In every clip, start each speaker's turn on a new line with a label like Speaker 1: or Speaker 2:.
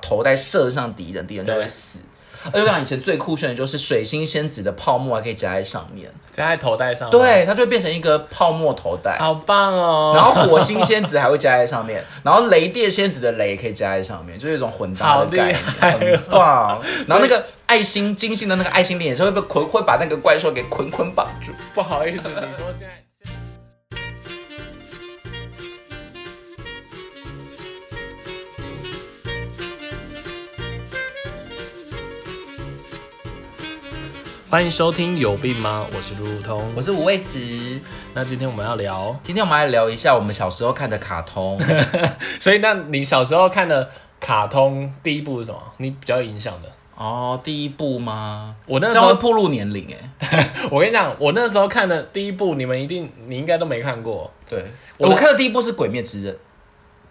Speaker 1: 头再射向敌人，敌人就会
Speaker 2: 对
Speaker 1: 死。而且我想以前最酷炫的就是水星仙子的泡沫还可以夹在上面，
Speaker 2: 加在头戴上吗，
Speaker 1: 对，它就会变成一个泡沫头戴。
Speaker 2: 好棒哦。
Speaker 1: 然后火星仙子还会加在上面，然后雷电仙子的雷也可以加在上面，就是一种混搭的概念，
Speaker 2: 好厉害哦
Speaker 1: 很棒。然后那个爱心金星的那个爱心链也是会被捆，会把那个怪兽给捆捆绑住。
Speaker 2: 不好意思，你说现在。欢迎收听《有病吗》，我是路路通
Speaker 1: 我。是五味子，
Speaker 2: 那今天我们要聊，
Speaker 1: 今天我们来聊一下我们小时候看的卡通。
Speaker 2: 所以那你小时候看的卡通第一部是什么？你比较有印象的？
Speaker 1: 哦，第一部吗？
Speaker 2: 我那
Speaker 1: 这
Speaker 2: 时
Speaker 1: 样会
Speaker 2: 候，
Speaker 1: 暴露年龄哎。
Speaker 2: 我跟你讲，我那时候看的第一部，你们一定你应该都没看过，
Speaker 1: 对，
Speaker 2: 我
Speaker 1: 我看的第一部是《鬼灭之刃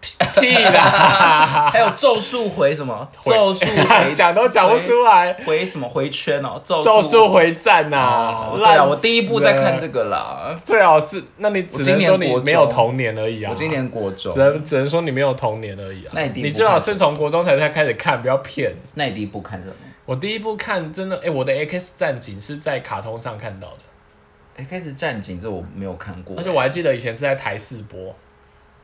Speaker 2: 屁啦，》，
Speaker 1: 还有《咒术回》什么？
Speaker 2: 回
Speaker 1: 咒术回
Speaker 2: 讲都讲不出来。
Speaker 1: 回什么回圈哦？咒
Speaker 2: 咒术回战呐、啊
Speaker 1: 哦，对啊，
Speaker 2: 烂
Speaker 1: 我第一部在看这
Speaker 2: 死了，
Speaker 1: 个啦。
Speaker 2: 最好是，那你只能说你没有童年而已啊。
Speaker 1: 我今年国中
Speaker 2: 只，能只能说你没有童年而已啊。
Speaker 1: 那你第一部
Speaker 2: 最好是从国中才才开始看，不要骗。
Speaker 1: 那你第一部看什么
Speaker 2: 我第一部看真的，哎、我的 X 战警是在卡通上看到的，
Speaker 1: ？X 哎战警这我没有看过
Speaker 2: 而，且我还记得以前是在台视播，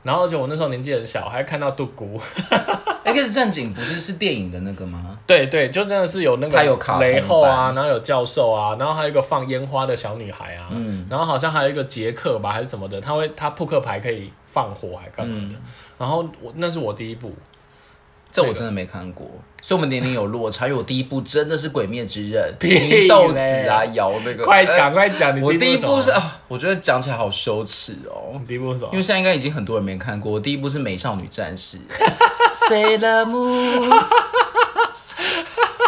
Speaker 2: 然后而且我那时候年纪很小，还看到杜姑。
Speaker 1: X 哎战警不是是电影的那个吗？
Speaker 2: 对对，就真的是有那
Speaker 1: 它有卡
Speaker 2: 个
Speaker 1: 通
Speaker 2: 雷后啊，
Speaker 1: 版
Speaker 2: 然后有教授啊，然后还有一个放烟花的小女孩啊，然后好像还有一个杰克吧还是什么的，他会他扑克牌可以放火还干嘛
Speaker 1: 嗯
Speaker 2: 的，然后我那是我第一部，
Speaker 1: 这我真的没看过，所以我们年龄有落差。因为我第一部真的是《鬼灭之刃》，
Speaker 2: 屁
Speaker 1: 祢豆子
Speaker 2: 嘞
Speaker 1: 啊，摇那个。
Speaker 2: 快
Speaker 1: 呃
Speaker 2: 赶快讲你
Speaker 1: 我第一
Speaker 2: 部
Speaker 1: 部是
Speaker 2: 什么
Speaker 1: 啊，我觉得讲起来好羞耻哦
Speaker 2: 你，第一部是什么
Speaker 1: 因为？现在应该已经很多人没看过。我第一部是《美少女战士》，Sailor Moon，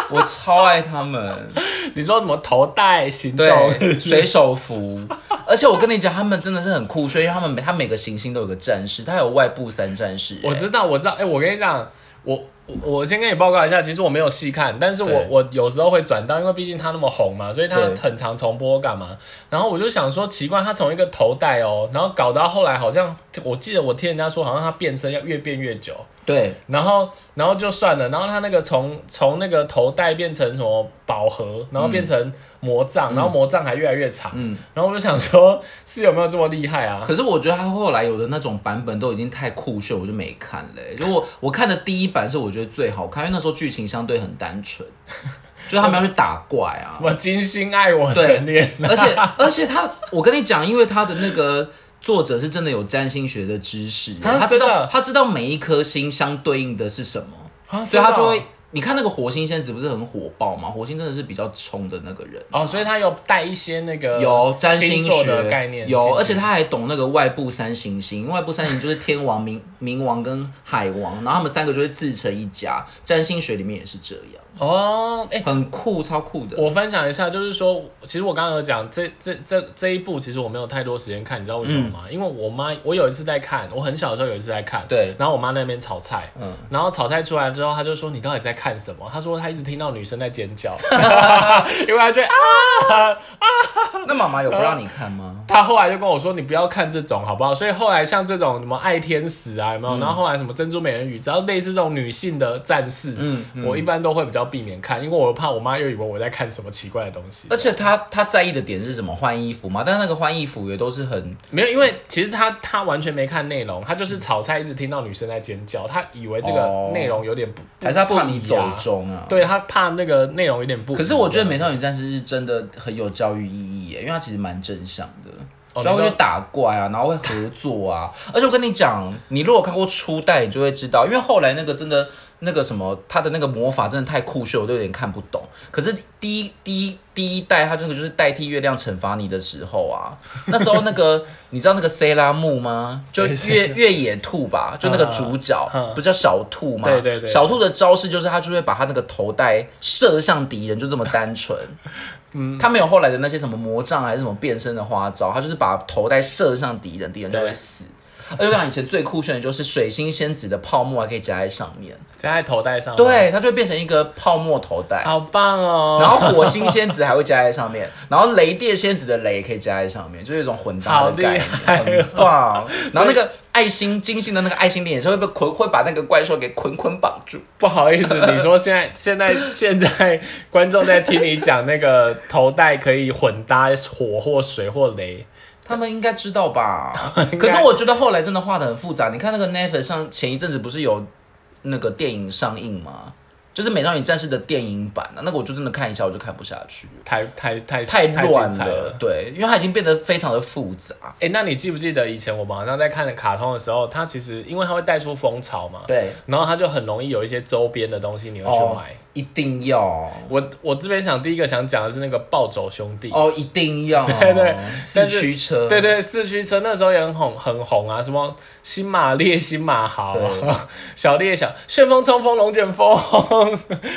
Speaker 1: 我超爱他们。
Speaker 2: 你说什么头戴行动？
Speaker 1: 对，水手服。而且我跟你讲，他们真的是很酷炫，因为他们每他每个行星都有个战士，他有外部三战士、欸
Speaker 2: 我知道我知道，哎、我跟你讲，我。我我先跟你报告一下，其实我没有细看，但是我
Speaker 1: 对
Speaker 2: 我有时候会转到，因为毕竟他那么红嘛，所以他
Speaker 1: 对
Speaker 2: 很常重播干嘛？然后我就想说，奇怪，他从一个头戴哦，然后搞到后来好像，我记得我听人家说，好像他变身要越变越久，
Speaker 1: 对
Speaker 2: 然后然后就算了，然后他那个从从那个头戴变成什么宝盒，然后变成魔杖，然后魔杖还越来越长，
Speaker 1: 嗯
Speaker 2: 然后我就想说，是有没有这么厉害啊？
Speaker 1: 可是我觉得他后来有的那种版本都已经太酷炫，我就没看了、欸。就我我看的第一版是我觉得最好看，因为那时候剧情相对很单 纯，就他们要去打怪啊
Speaker 2: 什，么金星爱我
Speaker 1: 对
Speaker 2: 神恋、啊？
Speaker 1: 而且而且他，我跟你讲，因为他的那个。作者是真的有占星学的知识欸、
Speaker 2: 啊
Speaker 1: 他知
Speaker 2: 真
Speaker 1: 道
Speaker 2: 的
Speaker 1: 他知道每一颗星相对应的是什么，
Speaker 2: 啊
Speaker 1: 所以他就
Speaker 2: 真的
Speaker 1: 会
Speaker 2: 哦。
Speaker 1: 你看那个火星仙子不是很火爆吗？火星真的是比较冲的那个人，
Speaker 2: 哦，所以他有带一些那个
Speaker 1: 有占星
Speaker 2: 座
Speaker 1: 学
Speaker 2: 的概念进去，
Speaker 1: 有，而且他还懂那个外部三行星，外部三行星就是天王、冥 冥王跟海王，然后他们三个就会自成一家。占星学里面也是这样，
Speaker 2: 哦，哎、
Speaker 1: 很酷，超酷的。
Speaker 2: 我分享一下，就是说，其实我刚刚有讲这这这这一部，其实我没有太多时间看，你知道为什么
Speaker 1: 嗯
Speaker 2: 吗？因为我妈，我有一次在看，我很小的时候有一次在看，
Speaker 1: 对
Speaker 2: 然后我妈那边炒菜，
Speaker 1: 嗯
Speaker 2: 然后炒菜出来之后，她就说你到底在看什么？她说她一直听到女生在尖 叫，因为她觉得啊，
Speaker 1: 那妈妈有不让你看吗？
Speaker 2: 她后来就跟我说你不要看这种好不好？所以后来像这种什么爱天使啊，有没
Speaker 1: 嗯
Speaker 2: 有？然后后来什么珍珠美人鱼，只要类似这种女性的战士，
Speaker 1: 嗯
Speaker 2: 我一般都会比较避免看，因为我怕我妈又以为我在看什么奇怪的东西
Speaker 1: 而。且他他在意的点是什么？换衣服嘛，但那个换衣服也都是很
Speaker 2: 没有，因为其实她她完全没看内容，她就是炒菜，一直听到女生在尖叫，她以为这
Speaker 1: 哦
Speaker 2: 个内容有点不，不
Speaker 1: 还是他怕你
Speaker 2: 不一
Speaker 1: 走
Speaker 2: 样
Speaker 1: 中啊。
Speaker 2: 对她怕那个内容有点不一样。
Speaker 1: 可是我觉得《美少女战士》是真的很有教育意义耶，因为它其实蛮正向的，
Speaker 2: 哦
Speaker 1: 然后会
Speaker 2: 你说
Speaker 1: 去打怪啊，然后会合作啊。 而且我跟你讲，你如果看过初代，你就会知道，因为后来那个真的那个什么，他的那个魔法真的太酷炫，我都有点看不懂。可是第一第一第一代，他那个就是代替月亮惩罚你的时候啊，那时候那个你知道那个塞拉木 吗？就越越野兔吧，就那个主角
Speaker 2: 嗯
Speaker 1: 不叫小兔吗？
Speaker 2: 对对对
Speaker 1: 小兔的招式就是他就会把他那个头带射向敌人，就这么单纯。嗯，他没有后来的那些什么魔杖还是什么变身的花招，他就是把头带射向敌人，敌人就会
Speaker 2: 对
Speaker 1: 死。而且我想以前最酷炫的就是水星仙子的泡沫还可以夹在上面，
Speaker 2: 夹在头带上，，
Speaker 1: 对，它就会变成一个泡沫头戴。
Speaker 2: 好棒 哦，
Speaker 1: 然后火星仙子还会加在上面，然后雷电仙子的雷也可以加在上面，就是一种混搭的概念，
Speaker 2: 好厉害哦
Speaker 1: 很 棒。然后那个爱心金星的那个爱心链也是会被捆，会把那个怪兽给捆捆绑住。
Speaker 2: 不好意思，你说现在 现在现在观众在听你讲那个头戴可以混搭火或水或雷，
Speaker 1: 他们应该知道 吧
Speaker 2: 应该？
Speaker 1: 可是我觉得后来真的画的很复杂。你看那个 Netflix 上前一阵子不是有那个电影上映吗？就是《美少女战士》的电影版啊，那个我就真的看一下我就看不下去，
Speaker 2: 太太太
Speaker 1: 太
Speaker 2: 精
Speaker 1: 乱
Speaker 2: 彩
Speaker 1: 了
Speaker 2: 了。。
Speaker 1: 对，因为它已经变得非常的复杂。
Speaker 2: 哎、那你记不记得以前我们好像在看卡通的时候，它其实因为它会带出风潮嘛，
Speaker 1: 对，
Speaker 2: 然后它就很容易有一些周边的东西你会去
Speaker 1: 哦
Speaker 2: 买。
Speaker 1: 一定要。
Speaker 2: 我我这边想第一个想讲的是那个暴走兄弟，
Speaker 1: 哦，一定要，
Speaker 2: 对对
Speaker 1: 四
Speaker 2: 但是
Speaker 1: 驱车，
Speaker 2: 对对，四驱车那时候也很红，很红啊，什么新马烈、新马豪
Speaker 1: 对
Speaker 2: 啊， 小烈小旋风冲锋、龙卷风，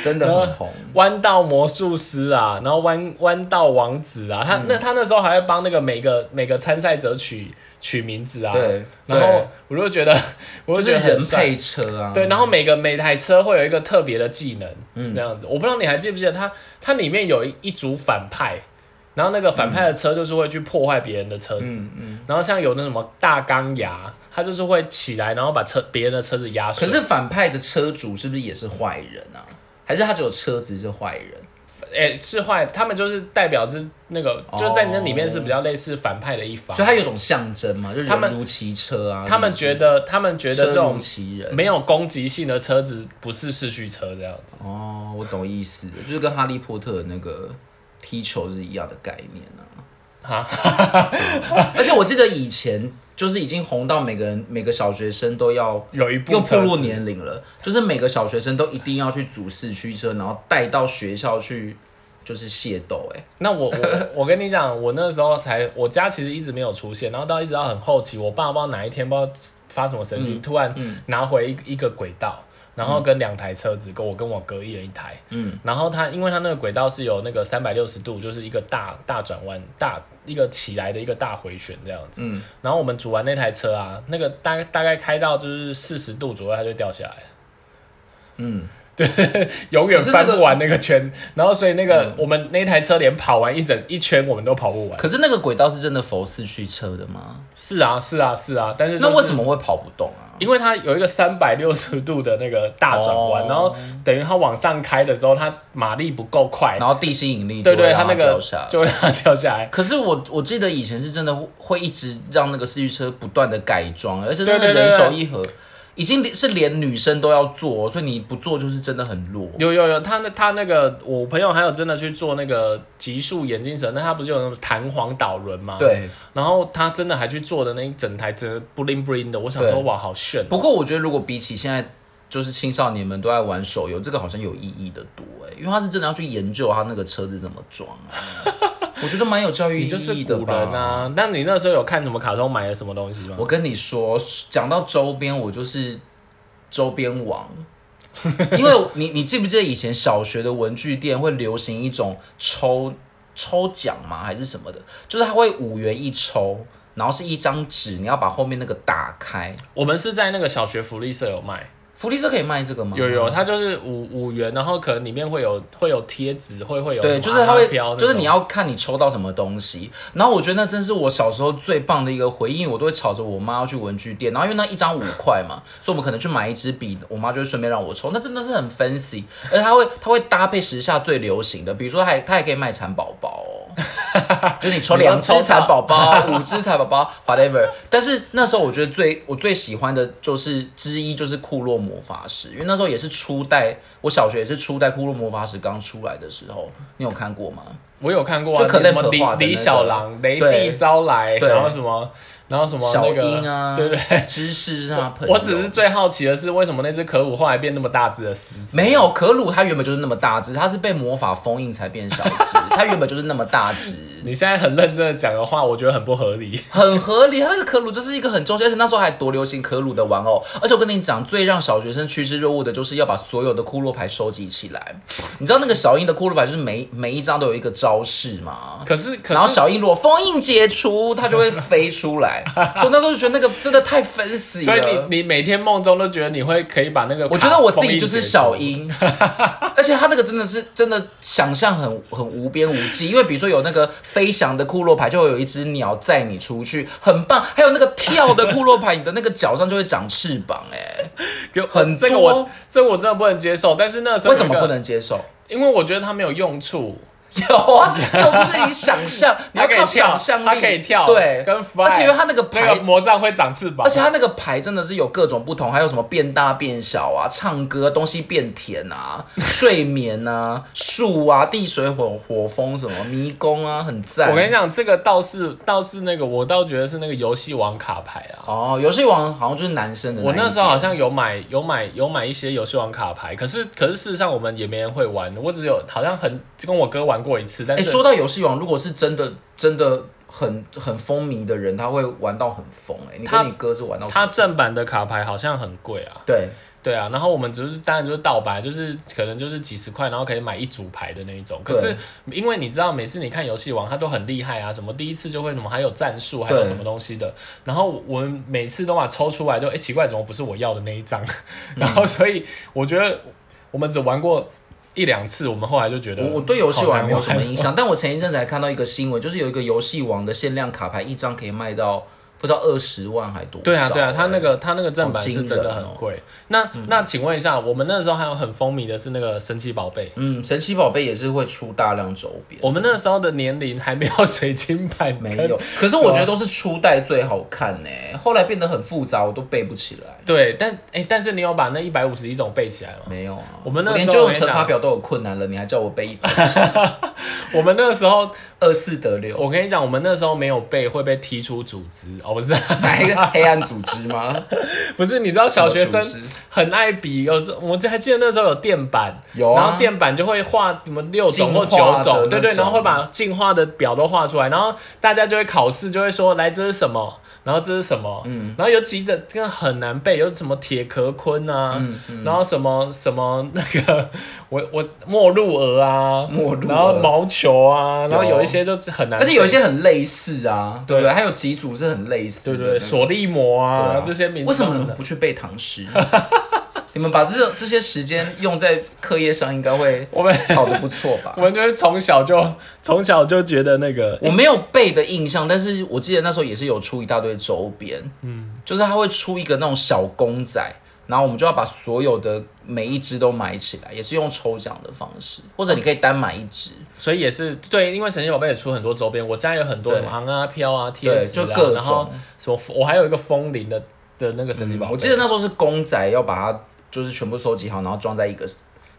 Speaker 1: 真的很红。
Speaker 2: 弯道魔术师啊，然后弯弯道王子啊，
Speaker 1: 嗯
Speaker 2: 他、那他那时候还会帮那个每个每个参赛者取取名字啊，
Speaker 1: 对
Speaker 2: 然后我就觉得， 我
Speaker 1: 就
Speaker 2: 就是觉得很
Speaker 1: 人
Speaker 2: 帅
Speaker 1: 配车啊，
Speaker 2: 对，然后每个每台车会有一个特别的技能，嗯，那样子，我不知道你还记不记得它，它里面有一一组反派，然后那个反派的车就是会去破坏别人的车
Speaker 1: 嗯
Speaker 2: 子，然后像有那什么大钢牙，它就是会起来，然后把车别人的车子压碎。
Speaker 1: 可是反派的车主是不是也是坏人啊？还是他只有车子是坏人？
Speaker 2: 哎、是坏，他们就是代表是那个，
Speaker 1: 哦
Speaker 2: 就在那里面是比较类似反派的一方
Speaker 1: 所以。他有种象征嘛，就是
Speaker 2: 他们
Speaker 1: 人如其车啊。
Speaker 2: 他们
Speaker 1: 人如
Speaker 2: 觉得，他们觉得这
Speaker 1: 车
Speaker 2: 种
Speaker 1: 如其人。
Speaker 2: 没有攻击性的车子不是市区车这样子。
Speaker 1: 哦，我懂意思了，就是跟哈利波特的那个踢球是一样的概念 啊。哈，而且我记得以前就是已经红到每个人每个小学生都要
Speaker 2: 有一部
Speaker 1: 又步
Speaker 2: 车
Speaker 1: 入
Speaker 2: 子，
Speaker 1: 年龄了，就是每个小学生都一定要去组市区车，然后带到学校去，就是械斗、欸。
Speaker 2: 那我我 我跟你讲，我那时候才，我家其实一直没有出现，然后到一直到很后期，我爸不知道哪一天不知道发什么神
Speaker 1: 嗯
Speaker 2: 经，突然拿回一一个轨道，然后跟两台车子，跟我跟我哥一人一台，嗯，然后他因为他那个轨道是有那个三百六十度，就是一个大大转弯，大一个起来的一个大回旋这样子，嗯，然后我们组完那台车啊，那个大大概开到就是四十度左右，它就掉下来了。 永远
Speaker 1: 嗯可是那
Speaker 2: 翻
Speaker 1: 个
Speaker 2: 不完那个圈，然后所以那个、我们那台车连跑完一整一圈，我们都跑不完。
Speaker 1: 可是那个轨道是真的佛四驱车的吗？
Speaker 2: 是啊，是啊，是啊，但是、
Speaker 1: 那为什
Speaker 2: 么？
Speaker 1: 么会跑不动啊？
Speaker 2: 因为它有一个三百六十度的那个大转弯，
Speaker 1: 哦
Speaker 2: 然后等于它往上开的时候，它马力不够快，
Speaker 1: 然后地心引力就
Speaker 2: 对
Speaker 1: 会
Speaker 2: 对，
Speaker 1: 让
Speaker 2: 它那个
Speaker 1: 掉下来。
Speaker 2: 就会让它掉下来。
Speaker 1: 可是我我记得以前是真的会一直让那个四驱车不断的改装，而且真
Speaker 2: 对对
Speaker 1: 的
Speaker 2: 对
Speaker 1: 人
Speaker 2: 对
Speaker 1: 手一盒，已经连是连女生都要做，所以你不做就是真的很弱。
Speaker 2: 有有有，他那他那个，我朋友还有真的去做那个极速眼镜蛇，那他不是有那种弹簧导轮吗？。
Speaker 1: 对，
Speaker 2: 然后他真的还去做的那一整台，真的 bling bling 的，我想说
Speaker 1: 对
Speaker 2: 哇，好炫哦！
Speaker 1: 不过我觉得如果比起现在就是青少年们都在玩手游，这个好像有意义的多哎、因为他是真的要去研究他那个车子怎么装、啊， 我觉得蛮有教育
Speaker 2: 你
Speaker 1: 意
Speaker 2: 就是
Speaker 1: 义的
Speaker 2: 古
Speaker 1: 吧。
Speaker 2: 人啊！那你那时候有看什么卡通，买了什么东西吗？
Speaker 1: 我跟你说，讲到周边，我就是周边王。 因为你你记不记得以前小学的文具店会流行一种抽抽奖吗？还是什么的？就是它会五元一抽，然后是一张纸，你要把后面那个打开。
Speaker 2: 我们是在那个小学福利社有卖，
Speaker 1: 福利社可以卖这个吗？
Speaker 2: 有有，它就是五五元，然后可能里面会有会有贴纸，会会有
Speaker 1: 对，
Speaker 2: 什
Speaker 1: 就
Speaker 2: 么
Speaker 1: 是它
Speaker 2: 阿
Speaker 1: 会
Speaker 2: 飘那，种
Speaker 1: 就是你要看你抽到什么东西。然后我觉得那真是我小时候最棒的一个回忆，我都会吵着我妈要去文具店，然后因为那一张五块嘛，所以我们可能去买一支笔，我妈就会顺便让我抽，那真的是很 fancy，而且它会它会搭配时下最流行的，比如说它还它还可以卖蚕宝宝哦，就是你抽两只蚕宝宝、 五只蚕宝宝，whatever。但是那时候我觉得最我最喜欢的就是之一就是库洛魔法石，因为那时候也是初代，我小学也是初代库洛魔法石刚出来的时候，你有看过吗？
Speaker 2: 我有看过啊，
Speaker 1: 就可
Speaker 2: 什么
Speaker 1: 乐
Speaker 2: 李
Speaker 1: 可画的
Speaker 2: 李
Speaker 1: 那个
Speaker 2: 小狼、雷
Speaker 1: 对
Speaker 2: 帝招来，
Speaker 1: 对
Speaker 2: 然后什么，然后什么
Speaker 1: 小
Speaker 2: 那个
Speaker 1: 樱啊，
Speaker 2: 对不对？
Speaker 1: 芝士啊， 朋友
Speaker 2: 我只是最好奇的是，为什么那只可鲁后来变那么大只的狮子？
Speaker 1: 没有可鲁，它原本就是那么大只，它是被魔法封印才变小只，它原本就是那么大只，
Speaker 2: 你现在很认真的讲的话，我觉得很不 合理。
Speaker 1: 很合理。它那个可鲁就是一个很中心，而且那时候还多流行可鲁的玩偶。而且我跟你讲，最让小学生趋之若鹜的就是要把所有的骷髅牌收集起来。你知道那个小樱的骷髅牌就是每 每一张都有一个招式吗？
Speaker 2: 可是，可
Speaker 1: 然后
Speaker 2: 是
Speaker 1: 小樱如果封印解除，它就会飞出来。 来，所以那时候就觉得那个真的太分析
Speaker 2: 所
Speaker 1: 了。
Speaker 2: 以你你每天梦中都觉得你会可以把那个卡
Speaker 1: 我觉得我自
Speaker 2: 封
Speaker 1: 己
Speaker 2: 印
Speaker 1: 就是
Speaker 2: 结束
Speaker 1: 小樱， 而且他那个真的是真的想象很很无边无际，因为比如说有那个飞翔的库洛牌，就会有一只鸟载你出去，很棒。还有那个跳的库洛牌，你的那个脚上就会长翅膀、哎，
Speaker 2: 就
Speaker 1: 很
Speaker 2: 这个
Speaker 1: 多
Speaker 2: 我这个我真的不能接受，但是那时候
Speaker 1: 为什么
Speaker 2: 有一个
Speaker 1: 不？能接受？
Speaker 2: 因为我觉得它没有用处，
Speaker 1: 有 啊，有就是你想象，你
Speaker 2: 它
Speaker 1: 要
Speaker 2: 可以
Speaker 1: 靠
Speaker 2: 跳，
Speaker 1: 想象力，
Speaker 2: 它可以跳，
Speaker 1: 对，
Speaker 2: 跟 fly，
Speaker 1: 而且因为它那个
Speaker 2: 那
Speaker 1: 牌
Speaker 2: 个魔杖会长翅膀，
Speaker 1: 而且它那个牌真的是有各种不同，还有什么变大变小啊，唱歌东西变甜啊， 睡眠啊，树啊，地水火火风什么迷宫啊，很赞。
Speaker 2: 我跟你
Speaker 1: 讲，
Speaker 2: 讲，这个倒是倒是那个，我倒觉得是那个游戏王卡牌啊。
Speaker 1: 哦，游戏王好像就是男生的一
Speaker 2: 我
Speaker 1: 点。
Speaker 2: 那时候好像有买有买有买一些游戏王卡牌，可是可是事实上我们也没人会玩，我只有好像很就跟我哥玩过一次，但
Speaker 1: 哎、
Speaker 2: 是、
Speaker 1: 说到游戏王，如果是真的真的很很风靡的人，他会玩到很疯哎、你
Speaker 2: 他
Speaker 1: 跟你哥是玩到
Speaker 2: 它正版的卡牌好像很贵啊，
Speaker 1: 对，
Speaker 2: 对啊，然后我们只是当然就是盗版，就是可能就是几十块，然后可以买一组牌的那一种。可是因为你知道，每次你看游戏王，它都很厉害啊，什么第一次就会什么，还有战术，还有
Speaker 1: 对
Speaker 2: 什么东西的。然后我们每次都把它抽出来就，哎奇怪，怎么不是我要的那一张？
Speaker 1: 嗯
Speaker 2: 然后所以我觉得我们只玩过一两次，我们后来就觉得
Speaker 1: 我我对游戏
Speaker 2: 嗯好
Speaker 1: 王
Speaker 2: 难
Speaker 1: 没有什么
Speaker 2: 玩
Speaker 1: 印象，但我前一阵子还看到一个新闻，就是有一个游戏王的限量卡牌，一张可以卖到不知道二十万还多少、
Speaker 2: 对啊，对啊，
Speaker 1: 哎
Speaker 2: 他那个他那个正版
Speaker 1: 好惊
Speaker 2: 是
Speaker 1: 人哦嗯
Speaker 2: 真的很贵。那那请问一下，我们那时候还有很风靡的是那个神奇宝贝。
Speaker 1: 嗯，神奇宝贝也是会出大量周边，
Speaker 2: 我们那时候的年龄还没有水晶版，
Speaker 1: 哦没有。啊可是我觉得都是初代最好看呢、后来变得很复杂，我都背不起来。
Speaker 2: 对，但哎、但是你有把那一百五十一种背起来吗？
Speaker 1: 没有啊，
Speaker 2: 我们那时候
Speaker 1: 连就
Speaker 2: 我
Speaker 1: 用
Speaker 2: 跟你
Speaker 1: 乘
Speaker 2: 讲
Speaker 1: 法表都有困难了，你还叫我背一百
Speaker 2: 我们那个时候，
Speaker 1: 二四得 六，
Speaker 2: 我跟你讲，我们那时候没有背会被踢出组织哦，不是，
Speaker 1: 哪一个黑暗组织 吗？
Speaker 2: 不是，你知道小学生
Speaker 1: 什么组织
Speaker 2: 很爱比，有时我还记得那时候有垫板，
Speaker 1: 有啊
Speaker 2: 然后垫板就会画什么六种或
Speaker 1: 进化
Speaker 2: 九
Speaker 1: 的
Speaker 2: 种，对对，
Speaker 1: 那种
Speaker 2: 然后会把进化的表都画出来，然后大家就会考试就会说，来这是什么。然后这是什么？嗯，然后有几种真的很难背，有什么铁壳鲲啊，
Speaker 1: 嗯
Speaker 2: 然后什么什么那个 我我末路蛾啊，
Speaker 1: 末路蛾
Speaker 2: 然后毛球啊，然后
Speaker 1: 有
Speaker 2: 有一些就很难背，
Speaker 1: 而且有一些很类似啊，对不
Speaker 2: 对
Speaker 1: 对？还有几组是很类似
Speaker 2: 对
Speaker 1: 的，
Speaker 2: 对对，索利魔啊这些名字
Speaker 1: 为什
Speaker 2: 都
Speaker 1: 么
Speaker 2: 很
Speaker 1: 你
Speaker 2: 难，
Speaker 1: 们不去背唐 诗？你们把这这些时间用在课业上，应该会
Speaker 2: 我们
Speaker 1: 考得不错吧
Speaker 2: 我？们就是从小就 从小就觉得那个
Speaker 1: 我没有背的印象，但是我记得那时候也是有出一大堆周边，嗯，就是他会出一个那种小公仔，然后我们就要把所有的每一只都买起来，也是用抽奖的方式，或者你可以单买一只，
Speaker 2: 所以也是对，因为神奇宝贝也出很多周边，我家有很多
Speaker 1: 对
Speaker 2: 什么昂啊、飘啊、贴
Speaker 1: 对
Speaker 2: 纸啊，
Speaker 1: 就各种
Speaker 2: 然后什么，我还有一个风铃的的那个神奇宝贝、
Speaker 1: 我记得那时候是公仔，要把它就是全部收集好，然后装在一个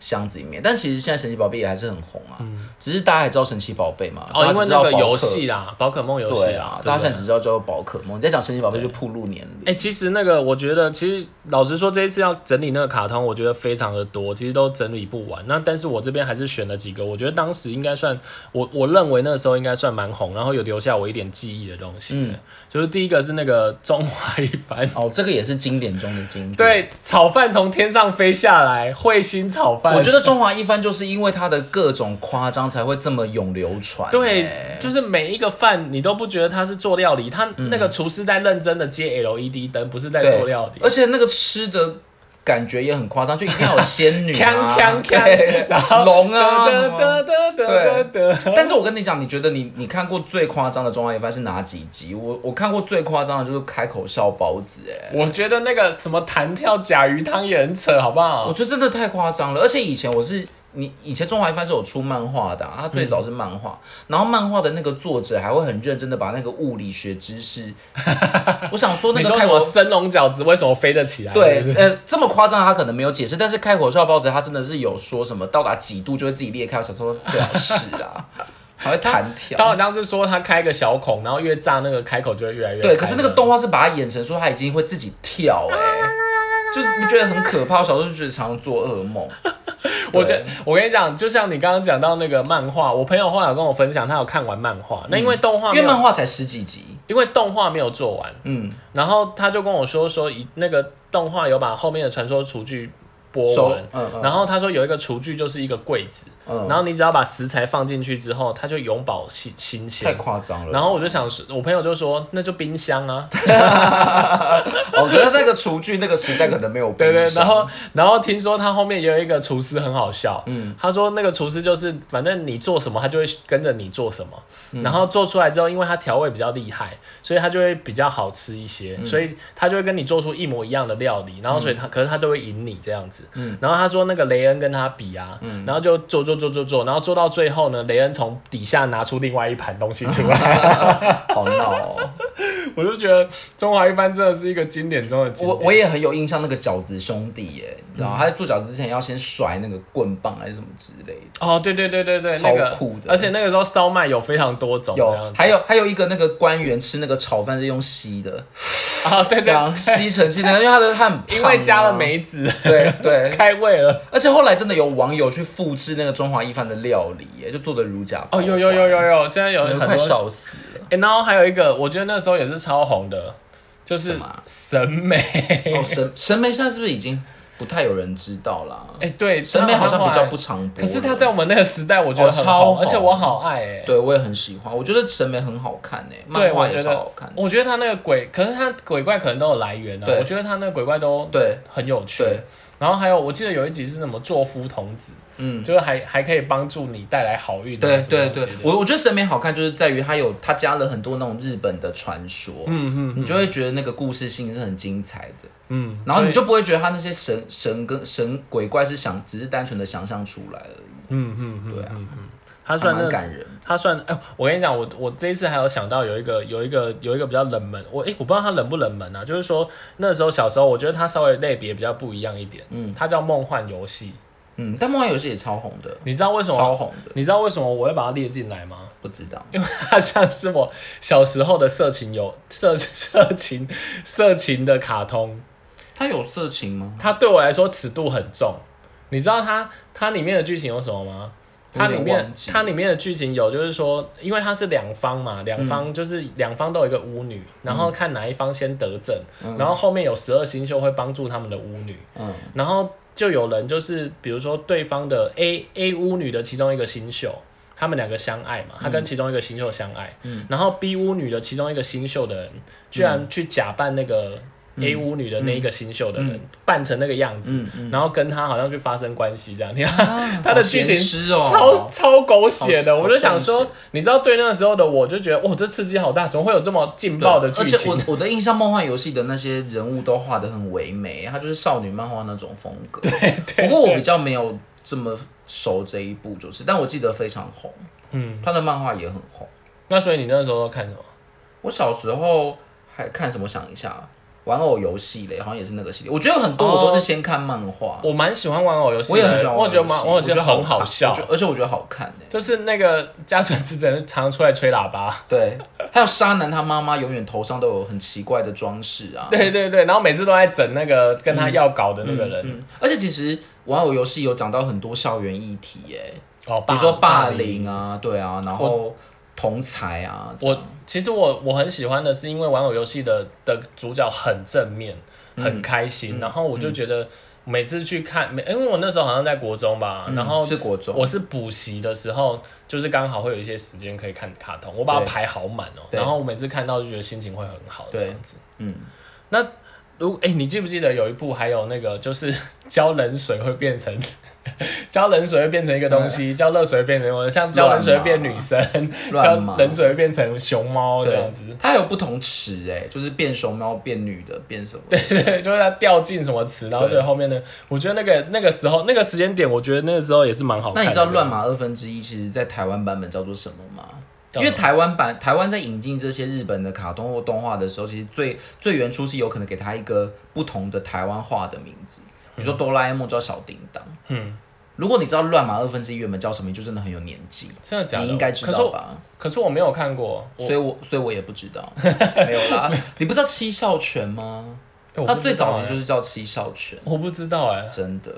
Speaker 1: 箱子里面。但其实现在神奇宝贝也还是很红啊，只是大家还知道神奇宝贝嘛，
Speaker 2: 嗯哦，
Speaker 1: 大家
Speaker 2: 因为
Speaker 1: 只知
Speaker 2: 那
Speaker 1: 道
Speaker 2: 个
Speaker 1: 宝可
Speaker 2: 游戏啦，宝可梦游戏
Speaker 1: 对
Speaker 2: 啦
Speaker 1: 啊，，
Speaker 2: 对
Speaker 1: 大家
Speaker 2: 不对
Speaker 1: 现在只知道叫做宝可梦。你在讲神奇宝贝就暴露年
Speaker 2: 哎、
Speaker 1: 龄，
Speaker 2: 其实那个我觉得，其实老实说，这一次要整理那个卡通，我觉得非常的多，其实都整理不完。那但是我这边还是选了几个，我觉得当时应该算我我认为那时候应该算蛮红，然后有留下我一点记忆的东西。嗯，就是第一个是那个中华一番。
Speaker 1: 哦，这个也是经典中的经典。
Speaker 2: 对，炒饭从天上飞下来，彗星炒饭。
Speaker 1: 我觉得中华一番就是因为它的各种夸张才会这么永流传、
Speaker 2: 对，就是每一个饭你都不觉得他是做料理，他那个厨师在认真的接 LED 灯，不是在
Speaker 1: 嗯对，
Speaker 2: 做料理。
Speaker 1: 而且那个吃的感觉也很夸张，就一定要有仙女
Speaker 2: 锵
Speaker 1: 啊，
Speaker 2: 锵锵
Speaker 1: 对，
Speaker 2: 然后
Speaker 1: 龙啊，什么
Speaker 2: 得得得得得得。
Speaker 1: 但是我跟你讲，你觉得你你看过最夸张的中华一番是哪几集？我我看过最夸张的就是开口笑包子、哎，
Speaker 2: 我觉得那个什么弹跳甲鱼汤也很扯，好不
Speaker 1: 我
Speaker 2: 好？
Speaker 1: 觉得真的太夸张了。而且以前我是你以前中华一番是有出漫画的啊、它最早是漫
Speaker 2: 嗯
Speaker 1: 画，然后漫画的那个作者还会很认真的把那个物理学知识， 我想说那
Speaker 2: 你
Speaker 1: 个
Speaker 2: 说
Speaker 1: 开
Speaker 2: 什
Speaker 1: 口
Speaker 2: 么神龙饺子为什么飞得起来？
Speaker 1: 对
Speaker 2: 是不，是
Speaker 1: 呃，这么夸张他可能没有解释，但是开口笑包子他真的是有说什么到达几度就会自己裂开，我想说最好是 啊，还会弹跳。
Speaker 2: 他好像是说他开个小孔，然后越炸那个开口就会越来越
Speaker 1: 对，
Speaker 2: 开
Speaker 1: 可是那个动画是把它演成说他已经会自己跳、哎，就是不觉得很可怕。我小时候就觉得常常做噩 梦，
Speaker 2: 我觉我跟你讲，就像你刚刚讲到那个漫画，我朋友后来有跟我分享，他有看完漫画，那因为动画
Speaker 1: 嗯因
Speaker 2: 没
Speaker 1: 为
Speaker 2: 有，
Speaker 1: 漫画才十几集，
Speaker 2: 因为动画没有做完，
Speaker 1: 嗯，
Speaker 2: 然后他就跟我说说，一那个动画有把后面的传说厨具剥完
Speaker 1: 熟，嗯嗯
Speaker 2: 然后他说有一个厨具就是一个柜子，
Speaker 1: 嗯
Speaker 2: 然后你只要把食材放进去之后，它就永保新新
Speaker 1: 太
Speaker 2: 鲜。
Speaker 1: 夸张了。
Speaker 2: 然后我就想是，我朋友就说那就冰箱啊，
Speaker 1: 哦，可是那个厨具那个时代可能 没有冰
Speaker 2: 对对，
Speaker 1: 箱
Speaker 2: 然后然后听说他后面也有一个厨师很好笑，嗯，他说那个厨师就是反正你做什么，他就会跟着你做什么，然后做出来之后，因为他调味比较厉害，所以他就会比较好吃一些，所以他就会跟你做出一模一样的料理，然后所以他、可是他就会赢你这样子，嗯，然后他说那个雷恩跟他比啊，嗯，然后就做做做做做，然后做到最后呢，雷恩从底下拿出另外一盘东西出来，
Speaker 1: 好闹哦。
Speaker 2: 我就觉得中华一番真的是一个经典中的经
Speaker 1: 我
Speaker 2: 典，
Speaker 1: 我也很有印象那个饺子兄弟耶，你知
Speaker 2: 嗯
Speaker 1: 道吗他在做饺子之前要先甩那个棍棒还是什么之类的。
Speaker 2: 哦，对对对对对，
Speaker 1: 超
Speaker 2: 那个
Speaker 1: 酷的
Speaker 2: 而且那个时候烧麦有非常多哦种，这
Speaker 1: 有
Speaker 2: 样，子
Speaker 1: 还有还有一个那个官员吃那个炒饭是用吸 的，
Speaker 2: 啊，对
Speaker 1: 这
Speaker 2: 对，
Speaker 1: 样吸尘器的，因为他的他很胖啊
Speaker 2: 因为加了梅子，
Speaker 1: 对对，
Speaker 2: 开胃了。
Speaker 1: 而且后来真的有网友去复制那个中华一番的料理耶，就做的如假包
Speaker 2: 哦，
Speaker 1: 换
Speaker 2: 有有有有，有，现在有
Speaker 1: 我
Speaker 2: 很
Speaker 1: 都快
Speaker 2: 多。
Speaker 1: 笑死了。
Speaker 2: 哎，然后还有一个，我觉得那时候也是超红的，就是
Speaker 1: 什么啊
Speaker 2: 审美。
Speaker 1: 哦，审审美现在是不是已经不太有人知道啦？
Speaker 2: 哎，对，
Speaker 1: 审美好像比较不
Speaker 2: 然后后
Speaker 1: 常播了，
Speaker 2: 来。可是他在我们那个时代，我觉得
Speaker 1: 哦
Speaker 2: 很
Speaker 1: 超
Speaker 2: 红，
Speaker 1: 红
Speaker 2: 而且我好爱哎。
Speaker 1: 对我也很喜欢，我觉得审美很好看诶，
Speaker 2: 对，
Speaker 1: 漫
Speaker 2: 我
Speaker 1: 画
Speaker 2: 觉
Speaker 1: 也
Speaker 2: 得
Speaker 1: 超好看的。
Speaker 2: 我觉得他那个鬼，可是他鬼怪可能都有来源啊。
Speaker 1: 对
Speaker 2: 我觉得他那个鬼怪都
Speaker 1: 对
Speaker 2: 很有趣。
Speaker 1: 对，
Speaker 2: 然后还有，我记得有一集是什么做夫童子，
Speaker 1: 嗯，
Speaker 2: 就是还还可以帮助你带来好运啊。
Speaker 1: 对
Speaker 2: 什么
Speaker 1: 对
Speaker 2: 东
Speaker 1: 对
Speaker 2: 西的，
Speaker 1: 我我觉得审美好看就是在于它有它加了很多那种日本的传说，嗯嗯，你就会觉得那个故事性是很精彩的，
Speaker 2: 嗯，
Speaker 1: 然后
Speaker 2: 所以
Speaker 1: 你就不会觉得它那些神神跟神鬼怪是想只是单纯的想象出来而已，
Speaker 2: 嗯嗯嗯，
Speaker 1: 对啊，
Speaker 2: 他
Speaker 1: 还
Speaker 2: 算那
Speaker 1: 蛮
Speaker 2: 个
Speaker 1: 感人。
Speaker 2: 他算哎、我跟你讲，我我这一次还有想到有一个有一个有一个比较冷门，我哎、我不知道他冷不冷门啊，就是说那时候小时候，我觉得他稍微类别比较不一样一点，嗯，它叫梦幻游戏，
Speaker 1: 嗯，但梦幻游戏也超红的，
Speaker 2: 你知道为什
Speaker 1: 超
Speaker 2: 么？
Speaker 1: 红的，
Speaker 2: 你知道为什么我会把它列进来吗？
Speaker 1: 不知道。
Speaker 2: 因为 它像是我小时候的色情游色色情色情的卡通，
Speaker 1: 它有色情吗？
Speaker 2: 它对我来说尺度很重。你知道它它里面的剧情有什么吗？
Speaker 1: 我有
Speaker 2: 它
Speaker 1: 点
Speaker 2: 里面
Speaker 1: 忘记
Speaker 2: 它里面的剧情有，就是说，因为它是两方嘛，两方
Speaker 1: 嗯
Speaker 2: 就是两方都有一个巫女，然后看哪一方先得证，然后后面有十二星宿会帮助他们的巫女，
Speaker 1: 嗯
Speaker 2: 然后就有人就是比如说对方的 A A 巫女的其中一个新秀，他们两个相爱
Speaker 1: 嗯
Speaker 2: 嘛，他跟其中一个新秀相爱，然后 B 巫女的其中一个新秀的人，居
Speaker 1: 嗯
Speaker 2: 然去假扮那个 A 巫女的那一个新秀的
Speaker 1: 嗯
Speaker 2: 人，扮成那个样子，然后跟他好像去发生关系这样，你看、 他的
Speaker 1: 啊
Speaker 2: 剧情
Speaker 1: 好咸湿哦
Speaker 2: 超超狗血的，
Speaker 1: 好
Speaker 2: 我就想
Speaker 1: 好
Speaker 2: 说
Speaker 1: 狗，
Speaker 2: 你知道对那个时候的我就觉得，哇，这刺激好大，怎么会有这么劲
Speaker 1: 对
Speaker 2: 爆的
Speaker 1: 而
Speaker 2: 剧
Speaker 1: 且
Speaker 2: 情
Speaker 1: 我？我的印象，梦幻游戏的那些人物都画的很唯美，它就是少女漫画那种风格。对
Speaker 2: 对
Speaker 1: 不过我
Speaker 2: 对
Speaker 1: 比较没有这么熟这一部，就是，但我记得非常红，
Speaker 2: 嗯，
Speaker 1: 他的漫画也很红。
Speaker 2: 那所以你那时候都看什么？
Speaker 1: 我小时候还看什么？想一下，玩偶游戏嘞，好像也是那个系列。我觉得很多
Speaker 2: 哦
Speaker 1: 我都是先看漫画，
Speaker 2: 我蛮喜欢玩偶游戏的，
Speaker 1: 我也很喜欢玩
Speaker 2: 哦我
Speaker 1: 偶游
Speaker 2: 觉
Speaker 1: 戏。
Speaker 2: 得蛮玩偶
Speaker 1: 我
Speaker 2: 游戏
Speaker 1: 觉得
Speaker 2: 很
Speaker 1: 好
Speaker 2: 好
Speaker 1: 看
Speaker 2: 笑
Speaker 1: 我，觉得而且我觉得好看哎。
Speaker 2: 就是那个家传之人常出来吹喇叭，
Speaker 1: 对，还有沙男他妈妈永远头上都有很奇怪的装饰啊。
Speaker 2: 对对对，然后每次都在整那个跟
Speaker 1: 嗯
Speaker 2: 他要搞的那个人，
Speaker 1: 而且其实玩偶游戏有讲到很多校园议题耶，
Speaker 2: 哦，
Speaker 1: 比如说霸
Speaker 2: 凌。
Speaker 1: 凌啊，对啊，然后同才啊，这样
Speaker 2: 我其实我我很喜欢的是，因为玩偶游戏的的主角很正面，
Speaker 1: 嗯
Speaker 2: 很开心，然后我就觉得每次去看，每因为我那时候好像在国中吧，然后
Speaker 1: 嗯是国中
Speaker 2: 我是补习的时候，就是刚好会有一些时间可以看卡通，我把它
Speaker 1: 对
Speaker 2: 排好满哦、
Speaker 1: 对
Speaker 2: 然后我每次看到就觉得心情会很好这
Speaker 1: 对
Speaker 2: 样子。
Speaker 1: 嗯，
Speaker 2: 那如哎、你记不记得有一部还有那个就是 浇冷水会变成 浇冷水会变成一个东西，浇热水会变成什么像浇冷水会变女生， 浇
Speaker 1: 乱码
Speaker 2: 冷水会变成熊猫这
Speaker 1: 对
Speaker 2: 样子。
Speaker 1: 它还有不同池哎，就是变熊猫、变女的、变什么？对，
Speaker 2: 对， 就是它掉进什么池，然后所以后面呢，我觉得那个那个时候那个时间点，我觉得那个时候也是蛮好看的。
Speaker 1: 那你知道乱码二分之一其实在台湾版本叫做什么吗？
Speaker 2: 叫
Speaker 1: 因
Speaker 2: 什么
Speaker 1: 为台湾版台湾在引进这些日本的卡通或动画的时候，其实最最原初是有可能给它一个不同的台湾话的名字，比如说哆啦 A 梦叫小叮当。
Speaker 2: 嗯，
Speaker 1: 如果你知道乱码二分之一原本叫什么，你就真的很有年纪，
Speaker 2: 真的假的？
Speaker 1: 你应该知
Speaker 2: 可是
Speaker 1: 道
Speaker 2: 我
Speaker 1: 吧？
Speaker 2: 可是我没有看过，我
Speaker 1: 所以我所以我也不知道，没有 啦。你不知道七孝全吗？
Speaker 2: 哎我
Speaker 1: 它
Speaker 2: 不
Speaker 1: 最
Speaker 2: 知道
Speaker 1: 早的
Speaker 2: 哎
Speaker 1: 就是叫七孝全，
Speaker 2: 我不知道哎，
Speaker 1: 真的。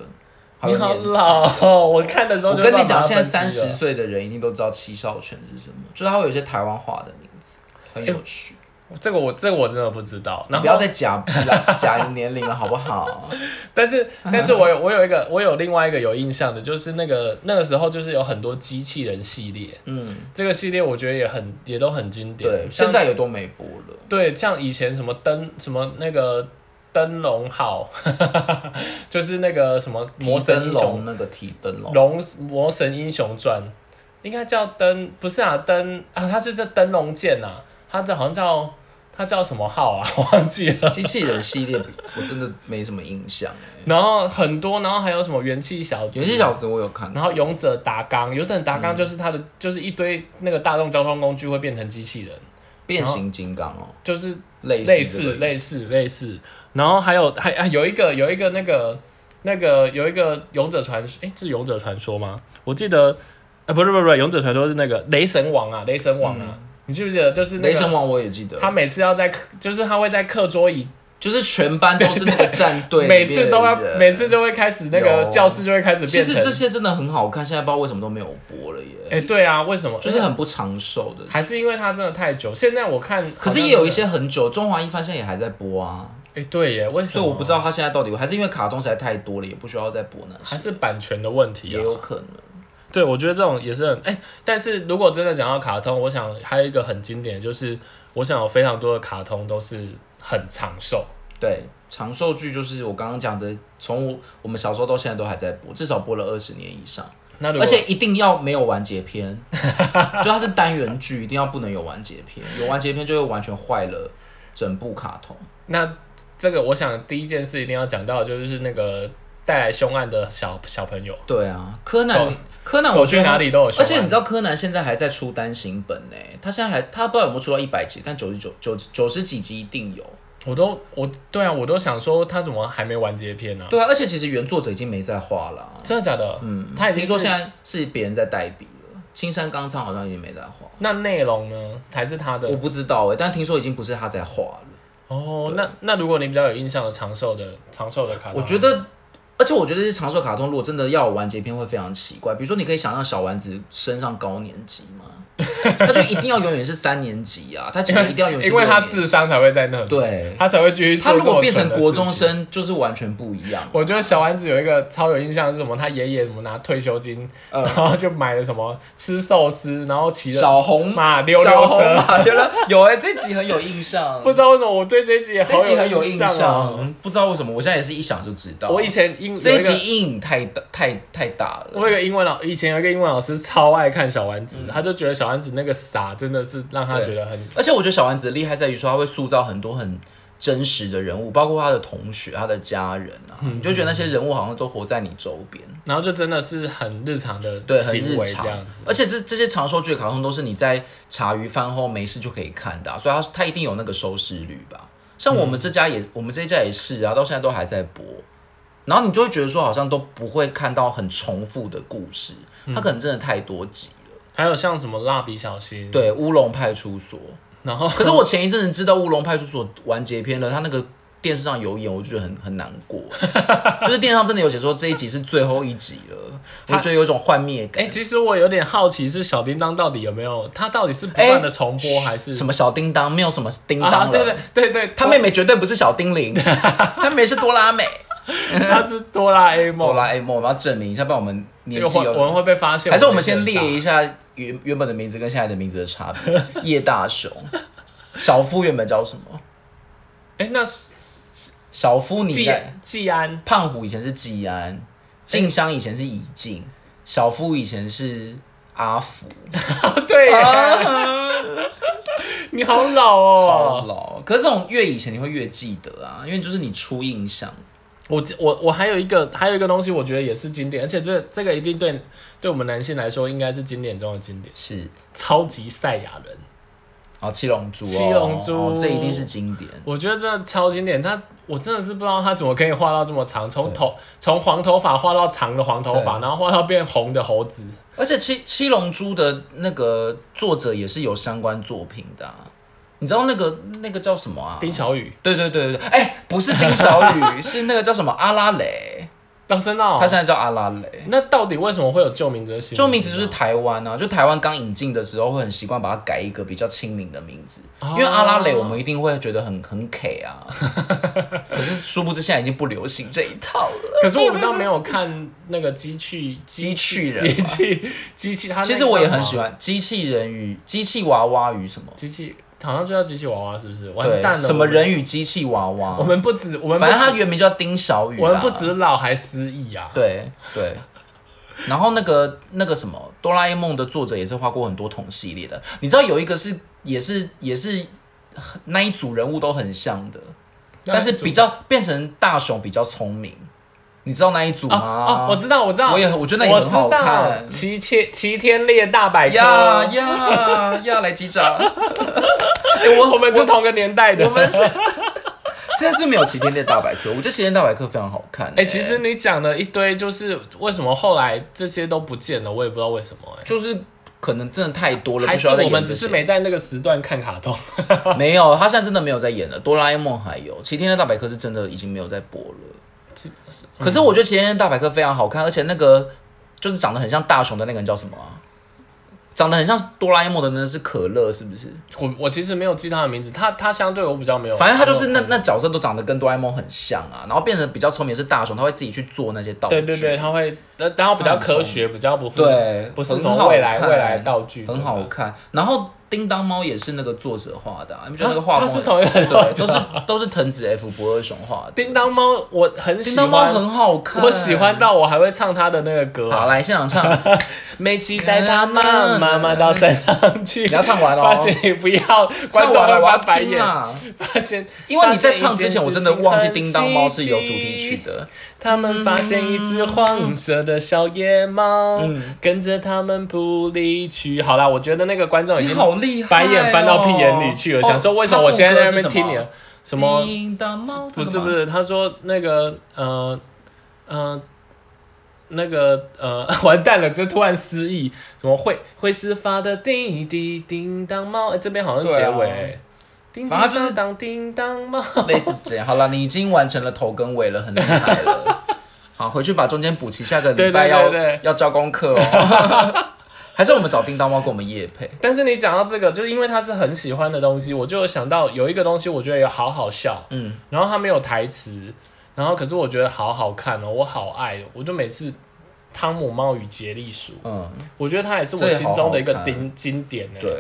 Speaker 2: 你
Speaker 1: 有
Speaker 2: 好
Speaker 1: 年纪
Speaker 2: 老哦，我看的时候
Speaker 1: 我
Speaker 2: 就
Speaker 1: 跟你
Speaker 2: 乱
Speaker 1: 讲，
Speaker 2: 麻
Speaker 1: 现在
Speaker 2: 分
Speaker 1: 三
Speaker 2: 析了
Speaker 1: 十岁的人一定都知道七少犬是什么，就是它会有一些台湾话的名字，很有趣。
Speaker 2: 这个我这个我真的不知道。
Speaker 1: 你
Speaker 2: 哎然
Speaker 1: 不要
Speaker 2: 后，
Speaker 1: 再假假年龄了，好不好？啊
Speaker 2: 但是但是我有我有一个我有另外一个有印象的，就是那个那个时候就是有很多机器人系列，
Speaker 1: 嗯，
Speaker 2: 这个系列我觉得也很也都很经典。
Speaker 1: 对，
Speaker 2: 嗯像
Speaker 1: 现在也都没播了。
Speaker 2: 对，像以前什么灯什么那个灯笼号， 就是那个什么魔
Speaker 1: 提
Speaker 2: 神
Speaker 1: 灯
Speaker 2: 英雄
Speaker 1: 笼那个提灯笼，
Speaker 2: 龙魔神英雄传，应该叫灯不是啊灯啊，它是这灯笼剑呐，它这好像叫它叫什么号啊，我 忘记了。
Speaker 1: 机器人系列我真的没什么印象。
Speaker 2: 然后很多，然后还有什么元气小子，
Speaker 1: 元气小子我有看，
Speaker 2: 然后勇者达纲，勇者达
Speaker 1: 嗯
Speaker 2: 纲就是它的、就是一堆那个大众交通工具会变成机器人，
Speaker 1: 变形金刚哦，
Speaker 2: 就是
Speaker 1: 类
Speaker 2: 类
Speaker 1: 似
Speaker 2: 似
Speaker 1: 这个
Speaker 2: 类似类似，然后还有还啊有一个有一个那个那个有一个勇者传说，哎、这是勇者传说吗？我记得，啊不是不是不是，勇者传说是那个雷神王啊，雷神王啊，你记不记得？就是那
Speaker 1: 嗯雷神
Speaker 2: 个
Speaker 1: 王我也记得，
Speaker 2: 他每次要在课，就是他会在课桌椅，
Speaker 1: 就是全班都是那个战队，
Speaker 2: 每次都要每次。就会开始那个
Speaker 1: 有
Speaker 2: 教室就会开始
Speaker 1: 其
Speaker 2: 变
Speaker 1: 实
Speaker 2: 成，
Speaker 1: 这些真的很好看，现在不知道为什么都没有播了耶，
Speaker 2: 哎、对啊，为什么？
Speaker 1: 就是很不长寿的。
Speaker 2: 还是因为它真的太久，现在我看
Speaker 1: 可
Speaker 2: 好像真
Speaker 1: 是
Speaker 2: 的，
Speaker 1: 也有一些很久，《中华一番》现在也还在播啊，
Speaker 2: 哎、对耶，为什
Speaker 1: 所
Speaker 2: 么？
Speaker 1: 以我不知道他现在到底还是因为卡通实在太多了，也不需要再播那
Speaker 2: 还
Speaker 1: 些，
Speaker 2: 是版权的问题 啊，
Speaker 1: 也有可能。
Speaker 2: 对，我觉得这种也是很哎、但是如果真的讲到卡通，我想还有一个很经典，就是我想有非常多的卡通都是很长寿。
Speaker 1: 对，长寿剧就是我刚刚讲的，从我我们小时候到现在都还在播，至少播了二十年以上，
Speaker 2: 那如果
Speaker 1: 而且一定要没有完结 篇，就它是单元剧，一定要不能有完结篇，有完结篇就会完全坏了整部卡通。
Speaker 2: 那这个，我想第一件事一定要讲到的就是那个带来凶案的小小朋友，
Speaker 1: 对啊，柯
Speaker 2: 走
Speaker 1: 南，柯南，
Speaker 2: 走
Speaker 1: 我觉
Speaker 2: 去
Speaker 1: 得
Speaker 2: 哪
Speaker 1: 他
Speaker 2: 里都有凶
Speaker 1: 而
Speaker 2: 案。
Speaker 1: 且你知道柯南现在还在出单行本呢、他现在还他不知道有没有出到一百集，但九十九九九十几集一定有。
Speaker 2: 我都我对啊，我都想说他怎么还没完结篇呢、啊？
Speaker 1: 对啊，而且其实原作者已经没在画了啊、
Speaker 2: 真的假的？嗯，他已经
Speaker 1: 听说
Speaker 2: 是
Speaker 1: 现在是别人在代笔了，青山刚昌好像已经没在画，
Speaker 2: 那内容呢，还是他
Speaker 1: 我
Speaker 2: 的
Speaker 1: 不知道哎、但听说已经不是他在画了。
Speaker 2: 哦。那那如果你比较有印象的长寿的长寿的卡通，
Speaker 1: 我觉得，而且我觉得是长寿卡通，如果真的要有完结篇会非常奇怪。比如说，你可以想象小丸子升上高年级 吗？他就一定要永远是三年级啊，他其实一定要永远是
Speaker 2: 因为他
Speaker 1: 六年级
Speaker 2: 智商才会在那里。
Speaker 1: 对。
Speaker 2: 他才会继续做
Speaker 1: 他
Speaker 2: 这
Speaker 1: 如果
Speaker 2: 么蠢的
Speaker 1: 变成国中
Speaker 2: 事情，
Speaker 1: 生，就是完全不一样。
Speaker 2: 我觉得小丸子有一个超有印象是什么？他爷爷什么拿退休金，
Speaker 1: 呃
Speaker 2: 然后就买了什么吃寿司，然后骑了。
Speaker 1: 小红
Speaker 2: 马溜溜车
Speaker 1: 小红马溜溜有哎、这集很有印象，
Speaker 2: 不知道为什么我对这一集也好
Speaker 1: 这集很有印
Speaker 2: 印象啊。
Speaker 1: 象，嗯不知道为什么，我现在也是一想就知道。
Speaker 2: 我以前英
Speaker 1: 这
Speaker 2: 有
Speaker 1: 一
Speaker 2: 一
Speaker 1: 集
Speaker 2: 个，
Speaker 1: 阴影太大太太大了，
Speaker 2: 我有一个英文老，以前有一个英文老师超爱看小丸
Speaker 1: 嗯
Speaker 2: 子，他就觉得小丸子那个傻真的是让他觉得很
Speaker 1: 而且我觉得小丸子厉害在于说他会塑造很多很真实的人物，包括他的同学、他的家人啊，
Speaker 2: 嗯
Speaker 1: 你就觉得那些人物好像都活在你周边，
Speaker 2: 然后就真的是很日常的
Speaker 1: 对，很
Speaker 2: 行
Speaker 1: 日
Speaker 2: 为
Speaker 1: 常
Speaker 2: 这样子。。
Speaker 1: 而且这这些长寿剧的卡通都是你在茶余饭后没事就可以看的啊、所以它它一定有那个收视率吧。像我们这家
Speaker 2: 嗯
Speaker 1: 也，我们这一家也是啊，到现在都还在播。然后你就会觉得说，好像都不会看到很重复的故事，
Speaker 2: 嗯
Speaker 1: 它可能真的太多集了。
Speaker 2: 还有像什么蜡笔小新，，
Speaker 1: 对，乌龙派出 所，
Speaker 2: 然后
Speaker 1: 可是我前一阵子知道《乌龙派出所》完结篇了，他那个电视上有演，我就觉得很很难 过，就是电视上真的有写说这一集是最后一集了，我就觉得有一种幻灭
Speaker 2: 哎、
Speaker 1: 感。
Speaker 2: 其实我有点好奇，是小叮当到底有没有？他到底是不断的重播、还是
Speaker 1: 什么小叮当，没有什么叮当了。
Speaker 2: 啊？对对对对，
Speaker 1: 他妹妹绝对不是小叮铃， 他妹妹是哆啦美，
Speaker 2: 他是哆啦 A
Speaker 1: 哆
Speaker 2: 梦，
Speaker 1: 啦 A 梦。我们要证明一下，不然我们年
Speaker 2: 又
Speaker 1: 纪
Speaker 2: 会我们
Speaker 1: 有，
Speaker 2: 会被发现。
Speaker 1: 还是我们先列一
Speaker 2: 下，
Speaker 1: 下原原本的名字跟现在的名字的差别。 叶大雄，小夫原本叫什么？
Speaker 2: 哎、那是
Speaker 1: 小夫你
Speaker 2: 季
Speaker 1: 在
Speaker 2: 季安
Speaker 1: 胖虎以前是季安，静香以前是怡静，小夫以前是阿福，
Speaker 2: 啊，对耶、 你好老
Speaker 1: 超
Speaker 2: 哦。
Speaker 1: 老。可是这种越以前你会越记得啊，因为就是你初印象。
Speaker 2: 我我我还有一个还有一个东西，我觉得也是经典，而且这这个一定对对我们男性来说应该是经典中的经典，
Speaker 1: 是，
Speaker 2: 超级赛亚人。
Speaker 1: 哦，七龙珠、哦，
Speaker 2: 七龙珠
Speaker 1: 哦这一定是经典。
Speaker 2: 我觉得真的超经典，他我真的是不知道他怎么可以画到这么长，从头从黄头发画到长的黄头发，然后画到变红的猴子。
Speaker 1: 而且七七龙珠的那个作者也是有相关作品的、啊，你知道那个那个叫什么啊？
Speaker 2: 丁小雨
Speaker 1: 对对对对对，哎、不是丁小雨，是那个叫什么阿拉蕾。
Speaker 2: 哦，真的、哦，
Speaker 1: 他现在叫阿拉蕾。
Speaker 2: 那到底为什么会有旧名字的新闻？
Speaker 1: 中文名字就是台湾啊，就台湾刚引进的时候会很习惯把它改一个比较亲民的名字，
Speaker 2: 哦
Speaker 1: 因为阿拉蕾我们一定会觉得很很 K 啊，可是殊不知现在已经不流行这一套了。
Speaker 2: 可是我比较没有看那个机器
Speaker 1: 机器人
Speaker 2: 机器机器， 它那个
Speaker 1: 其实我也很喜
Speaker 2: 叫什么啊
Speaker 1: 欢机器人与机器娃娃与什么，
Speaker 2: 机器，好像就叫机器娃娃，是不是？完
Speaker 1: 对
Speaker 2: 蛋，了，
Speaker 1: 什么人与机器娃娃，
Speaker 2: 我们？我们不止我们不
Speaker 1: 反正他
Speaker 2: 止
Speaker 1: 原名叫丁小雨啦，啊
Speaker 2: 我们不止老还失忆啊。
Speaker 1: 对对。然后那个那个什么，哆啦 A 梦的作者也是画过很多同系列的。你知道有一个是也是也是那一组人物都很像的，
Speaker 2: 那
Speaker 1: 但是
Speaker 2: 一组
Speaker 1: 比较变成大雄比较聪明。你知道那一组
Speaker 2: 哦
Speaker 1: 吗？
Speaker 2: 哦，我知道我知道，
Speaker 1: 啊我也我觉得那也很好
Speaker 2: 我知
Speaker 1: 看
Speaker 2: 道齐天齐天烈大百科，
Speaker 1: 呀呀呀！来击掌。哎我
Speaker 2: 我们是同个年代的。
Speaker 1: 我们是现在是没有齐天烈大百科，我觉得齐天烈大百科非常好看、
Speaker 2: 哎、其实你讲了一堆，就是为什么后来这些都不见了，我也不知道为什么、哎，
Speaker 1: 就是可能真的太多了，
Speaker 2: 还
Speaker 1: 不需
Speaker 2: 是
Speaker 1: 要再
Speaker 2: 我
Speaker 1: 演
Speaker 2: 们
Speaker 1: 这
Speaker 2: 只是
Speaker 1: 些
Speaker 2: 没在那个时段看卡通。
Speaker 1: 没有，他现在真的没有在演了。哆啦 A 梦还有《齐天的大百科》是真的已经没有在播了。
Speaker 2: 嗯
Speaker 1: 可是我觉得《齐天的大百科》非常好看，而且那个就是长得很像大雄的那个人叫什么啊？长得很像哆啦 A 梦的那个是可乐，是不是？
Speaker 2: 我我其实没有记他的名字，他他相对我比较没有，
Speaker 1: 反正他就是那
Speaker 2: 没有看
Speaker 1: 那角色都长得跟哆啦 A 梦很像啊，然后变成比较聪明的是大雄，他会自己去做那些道具。
Speaker 2: 对对对，他会，呃然后比较科学，比较不复
Speaker 1: 对，
Speaker 2: 不是
Speaker 1: 很
Speaker 2: 什么
Speaker 1: 好
Speaker 2: 未来
Speaker 1: 看
Speaker 2: 未来道具，
Speaker 1: 很好。看。然后叮当猫也是那个作者画的、啊，你不觉得那个
Speaker 2: 啊
Speaker 1: 画风
Speaker 2: 它是
Speaker 1: 很？
Speaker 2: 同一个作者
Speaker 1: 对，都是都是藤子 F 不二雄画的。
Speaker 2: 叮当猫我很
Speaker 1: 叮
Speaker 2: 喜
Speaker 1: 当猫
Speaker 2: 欢，
Speaker 1: 很好看，
Speaker 2: 我喜欢。到我还会唱他的那个歌、
Speaker 1: 好，来现 场唱，
Speaker 2: 没期待他妈妈妈到山上去，
Speaker 1: 你要唱完哦
Speaker 2: 发现你不要，观
Speaker 1: 唱
Speaker 2: 众
Speaker 1: 完了
Speaker 2: 会
Speaker 1: 我要
Speaker 2: 翻白
Speaker 1: 听
Speaker 2: 眼。
Speaker 1: 啊！
Speaker 2: 发现，
Speaker 1: 因为你在唱之前，我真的忘记叮当猫是有主题曲
Speaker 2: 的。
Speaker 1: 的。
Speaker 2: 他们发现一只黄色的小野猫，
Speaker 1: 嗯
Speaker 2: 跟着他们不离去。好啦，我觉得那个观众已
Speaker 1: 你
Speaker 2: 经
Speaker 1: 好厉害哦，哦
Speaker 2: 白眼翻到屁眼里去了，想说为什么我现在在那边听你
Speaker 1: 了？
Speaker 2: 了？什么？
Speaker 1: 哦叮当猫
Speaker 2: 不是不，是，他说那个呃呃那个呃 完蛋了，就突然失忆，什么会会是发的滴滴叮当猫？哎、这边好像
Speaker 1: 对
Speaker 2: 结
Speaker 1: 啊
Speaker 2: 尾、欸。叮
Speaker 1: 反正
Speaker 2: 当
Speaker 1: 就是
Speaker 2: 当当叮当猫，
Speaker 1: 类似这样。好了，你已经完成了头跟尾了，很厉害了。 好，回去把中间补齐，下个礼拜
Speaker 2: 对对
Speaker 1: 要
Speaker 2: 对对
Speaker 1: 要交功课哦。 还是我们找叮当猫给我们夜配？
Speaker 2: 但是你讲到这个，就是因为它是很喜欢的东西，我就有想到有一个东西，我觉得也好好笑，
Speaker 1: 嗯，
Speaker 2: 然后它没有台词，然后可是我觉得好好看哦，我好爱哦，我就每次汤姆猫与杰利鼠，
Speaker 1: 嗯，
Speaker 2: 我觉得它也是
Speaker 1: 这
Speaker 2: 我
Speaker 1: 也
Speaker 2: 心中的一个
Speaker 1: 好好看
Speaker 2: 经经典欸呢。
Speaker 1: 对，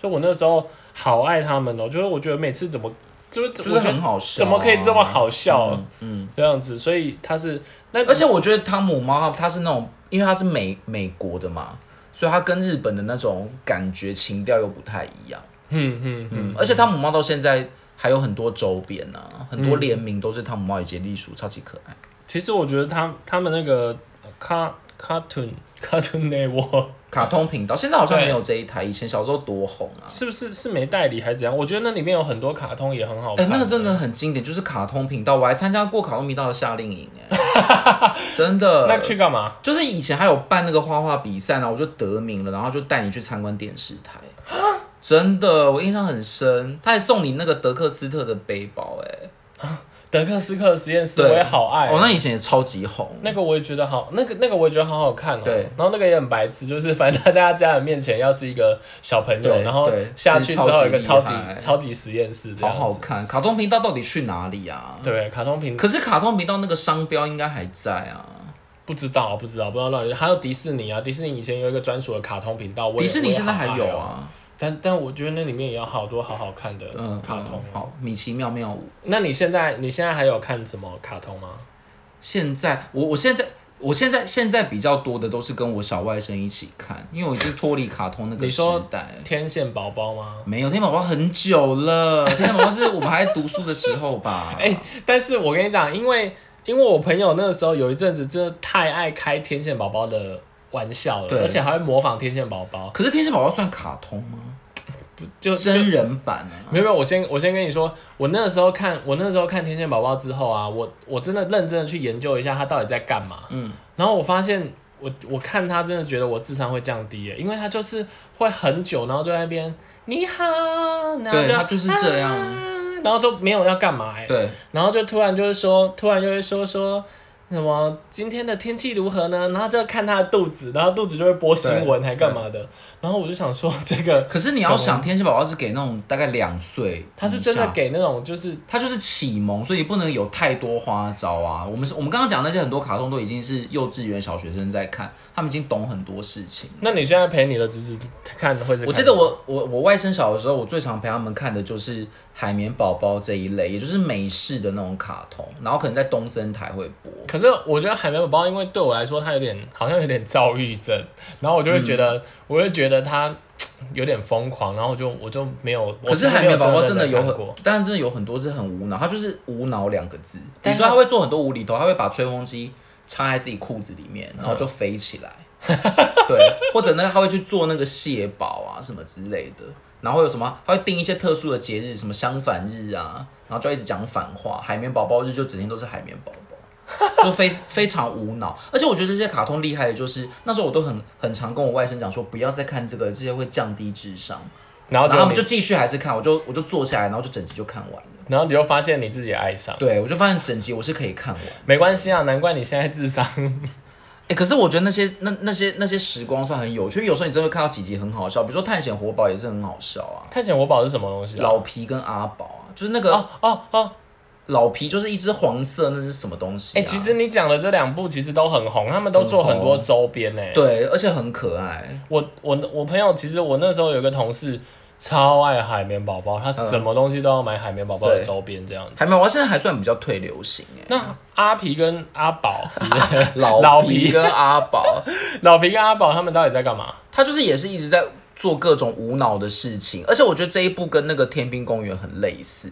Speaker 2: 所以我那时候好爱他们哦，就是我觉得每次怎么就是就
Speaker 1: 就是很好笑啊
Speaker 2: 怎么可以这么好笑、
Speaker 1: 嗯。
Speaker 2: 这样子？所以他是那
Speaker 1: 而且我觉得汤姆猫它是那种，因为它是美美国的嘛，所以它跟日本的那种感觉情调又不太一样。
Speaker 2: 嗯嗯嗯，
Speaker 1: 嗯，而且汤姆猫到现在还有很多周边啊，很
Speaker 2: 嗯
Speaker 1: 多联名都是汤姆猫与杰利鼠，超级可爱。
Speaker 2: 其实我觉得他他们那个卡 cartoon cartoon network
Speaker 1: 卡通频道现在好像
Speaker 2: 对
Speaker 1: 没有这一台，以前小时候多红啊！
Speaker 2: 是不是是没代理还是怎样？我觉得那里面有很多卡通也很好
Speaker 1: 哎、
Speaker 2: 看，
Speaker 1: 那个真的很经典，就是卡通频道，我还参加过卡通频道的夏令营、哎， 真的。
Speaker 2: 那去干嘛？
Speaker 1: 就是以前还有办那个画画比赛呢，我就得名了，然后就带你去参观电视台。真的，我印象很深，他还送你那个德克斯特的背包、哎，
Speaker 2: 德克斯克实验室
Speaker 1: 对
Speaker 2: 我也好爱
Speaker 1: 哦，那以前也超级红。
Speaker 2: 哎那个我也觉得好，那个那个我也觉得好好看哦。
Speaker 1: 对
Speaker 2: 然后那个也很白痴，就是反正在大家家人面前要是一个小朋友，
Speaker 1: 对
Speaker 2: 然后
Speaker 1: 对
Speaker 2: 下去之后有一个
Speaker 1: 其实超
Speaker 2: 超
Speaker 1: 级
Speaker 2: 级
Speaker 1: 厉害
Speaker 2: 超级实验室这
Speaker 1: 好
Speaker 2: 样子，
Speaker 1: 好看，卡通频道到底去哪里啊？
Speaker 2: 对，卡通频
Speaker 1: 可是卡通频道那个商标应该还在啊。
Speaker 2: 不知道不知道不知道到底还有迪士尼啊，迪士尼以前有一个专属的卡通频道，我也
Speaker 1: 迪士尼现在还有，
Speaker 2: 我也好爱哦
Speaker 1: 啊，
Speaker 2: 但但我觉得那里面也有好多好好看的
Speaker 1: 嗯，
Speaker 2: 卡通
Speaker 1: 嗯
Speaker 2: 哦。
Speaker 1: 好，米奇妙妙屋。
Speaker 2: 那你现在你现在还有看什么卡通吗？
Speaker 1: 现在我我现在我现在现在比较多的都是跟我小外甥一起看，因为我已经脱离卡通那个
Speaker 2: 你
Speaker 1: 时
Speaker 2: 说
Speaker 1: 代了。
Speaker 2: 天线宝宝吗？
Speaker 1: 没有天宝宝很久 了，天宝宝是我们还在读书的时候吧？
Speaker 2: 哎、但是我跟你讲，因为因为我朋友那个时候有一阵子真的太爱开天线宝宝的玩笑
Speaker 1: 对
Speaker 2: 了，而且还会模仿天线宝宝，
Speaker 1: 可是天线宝宝算卡通吗？
Speaker 2: 就就
Speaker 1: 真人版啊？
Speaker 2: 没有没有，我先我先跟你说，我那个时候看我那个时候看天线宝宝之后啊，我我真的认真的去研究一下他到底在干嘛，
Speaker 1: 嗯，
Speaker 2: 然后我发现我我看他真的觉得我智商会降低耶，因为他就是会很久，然后就在那边你好，然后啊
Speaker 1: 对他就是这样
Speaker 2: 啊然后就没有要干嘛哎，
Speaker 1: 对，
Speaker 2: 然后就突然就是说，突然就会说说，什么今天的天气如何呢？然后就看他的肚子，然后肚子就会播新闻还干嘛的。然后我就想说，这 个
Speaker 1: 可是你要想，天线宝宝是给那种大概两岁，
Speaker 2: 哦他是真的，给那种就是
Speaker 1: 他就是启蒙，所以不能有太多花招啊。我们是我们刚刚讲那些很多卡通都已经是幼稚园小学生在看，他们已经懂很多事情。
Speaker 2: 那你现在陪你的侄子看会是？
Speaker 1: 我记得我我我外甥小的时候，我最常陪他们看的就是海绵宝宝这一类，也就是美式的那种卡通，然后可能在东森台会播。
Speaker 2: 可是我觉得海绵宝宝，因为对我来说，他有点好像有点躁郁症，然后我就会
Speaker 1: 嗯
Speaker 2: 觉得，我就觉得他有点疯狂，然后我就我就没有。
Speaker 1: 可是
Speaker 2: 我
Speaker 1: 海
Speaker 2: 没
Speaker 1: 绵宝宝真的有
Speaker 2: 看
Speaker 1: 很
Speaker 2: 过，，
Speaker 1: 但是真的有很多是很无脑，他就是无脑两个字。比
Speaker 2: 但
Speaker 1: 如
Speaker 2: 是
Speaker 1: 说
Speaker 2: 他
Speaker 1: 他会做很多无厘头，他会把吹风机插在自己裤子里面，然
Speaker 2: 嗯
Speaker 1: 后就飞起来。对，或者呢，他会去做那个蟹堡啊什么之类的，然后有什么，他会定一些特殊的节日，什么相反日啊，然后就一直讲反话。海绵宝宝日就整天都是海绵宝宝。就非 非常无脑，而且我觉得这些卡通厉害的就是，那时候我都很很常跟我外甥讲说，不要再看这个，这些会降低智商。
Speaker 2: 然后
Speaker 1: 然后我
Speaker 2: 就
Speaker 1: 们就
Speaker 2: 你
Speaker 1: 继续还是看，我就我就坐下来，然后就整集就看完了。
Speaker 2: 然后你就发现你自己爱上，
Speaker 1: 对，我就发现整集我是可以看完。
Speaker 2: 没关系啊，难怪你现在智商
Speaker 1: 哎、可是我觉得那些那那些那些时光算很有趣，因为有时候你真的会看到几集很好笑，比如说《探险活宝》也是很好笑啊，
Speaker 2: 探险活宝是什么东西、啊？
Speaker 1: 老皮跟阿宝啊，就是那个
Speaker 2: 哦哦哦，
Speaker 1: 老皮就是一只黄色，那是什么东西、
Speaker 2: 哎、
Speaker 1: 啊？
Speaker 2: 其实你讲的这两部其实都很红，他们都做很多周边呢、欸
Speaker 1: 对，而且很可爱。
Speaker 2: 我我我朋友，其实我那时候有一个同事超爱海绵宝宝，
Speaker 1: 嗯
Speaker 2: 他什么东西都要买海绵宝宝的周边这样子。
Speaker 1: 海绵宝宝现在还算比较退流行哎、
Speaker 2: 那阿皮跟阿 宝是不是
Speaker 1: 老
Speaker 2: 老
Speaker 1: 皮
Speaker 2: 皮
Speaker 1: 跟阿宝，
Speaker 2: 老皮跟阿宝他们到底在干嘛？
Speaker 1: 他就是也是一直在做各种无脑的事情，而且我觉得这一部跟那个《天兵公园》很类似，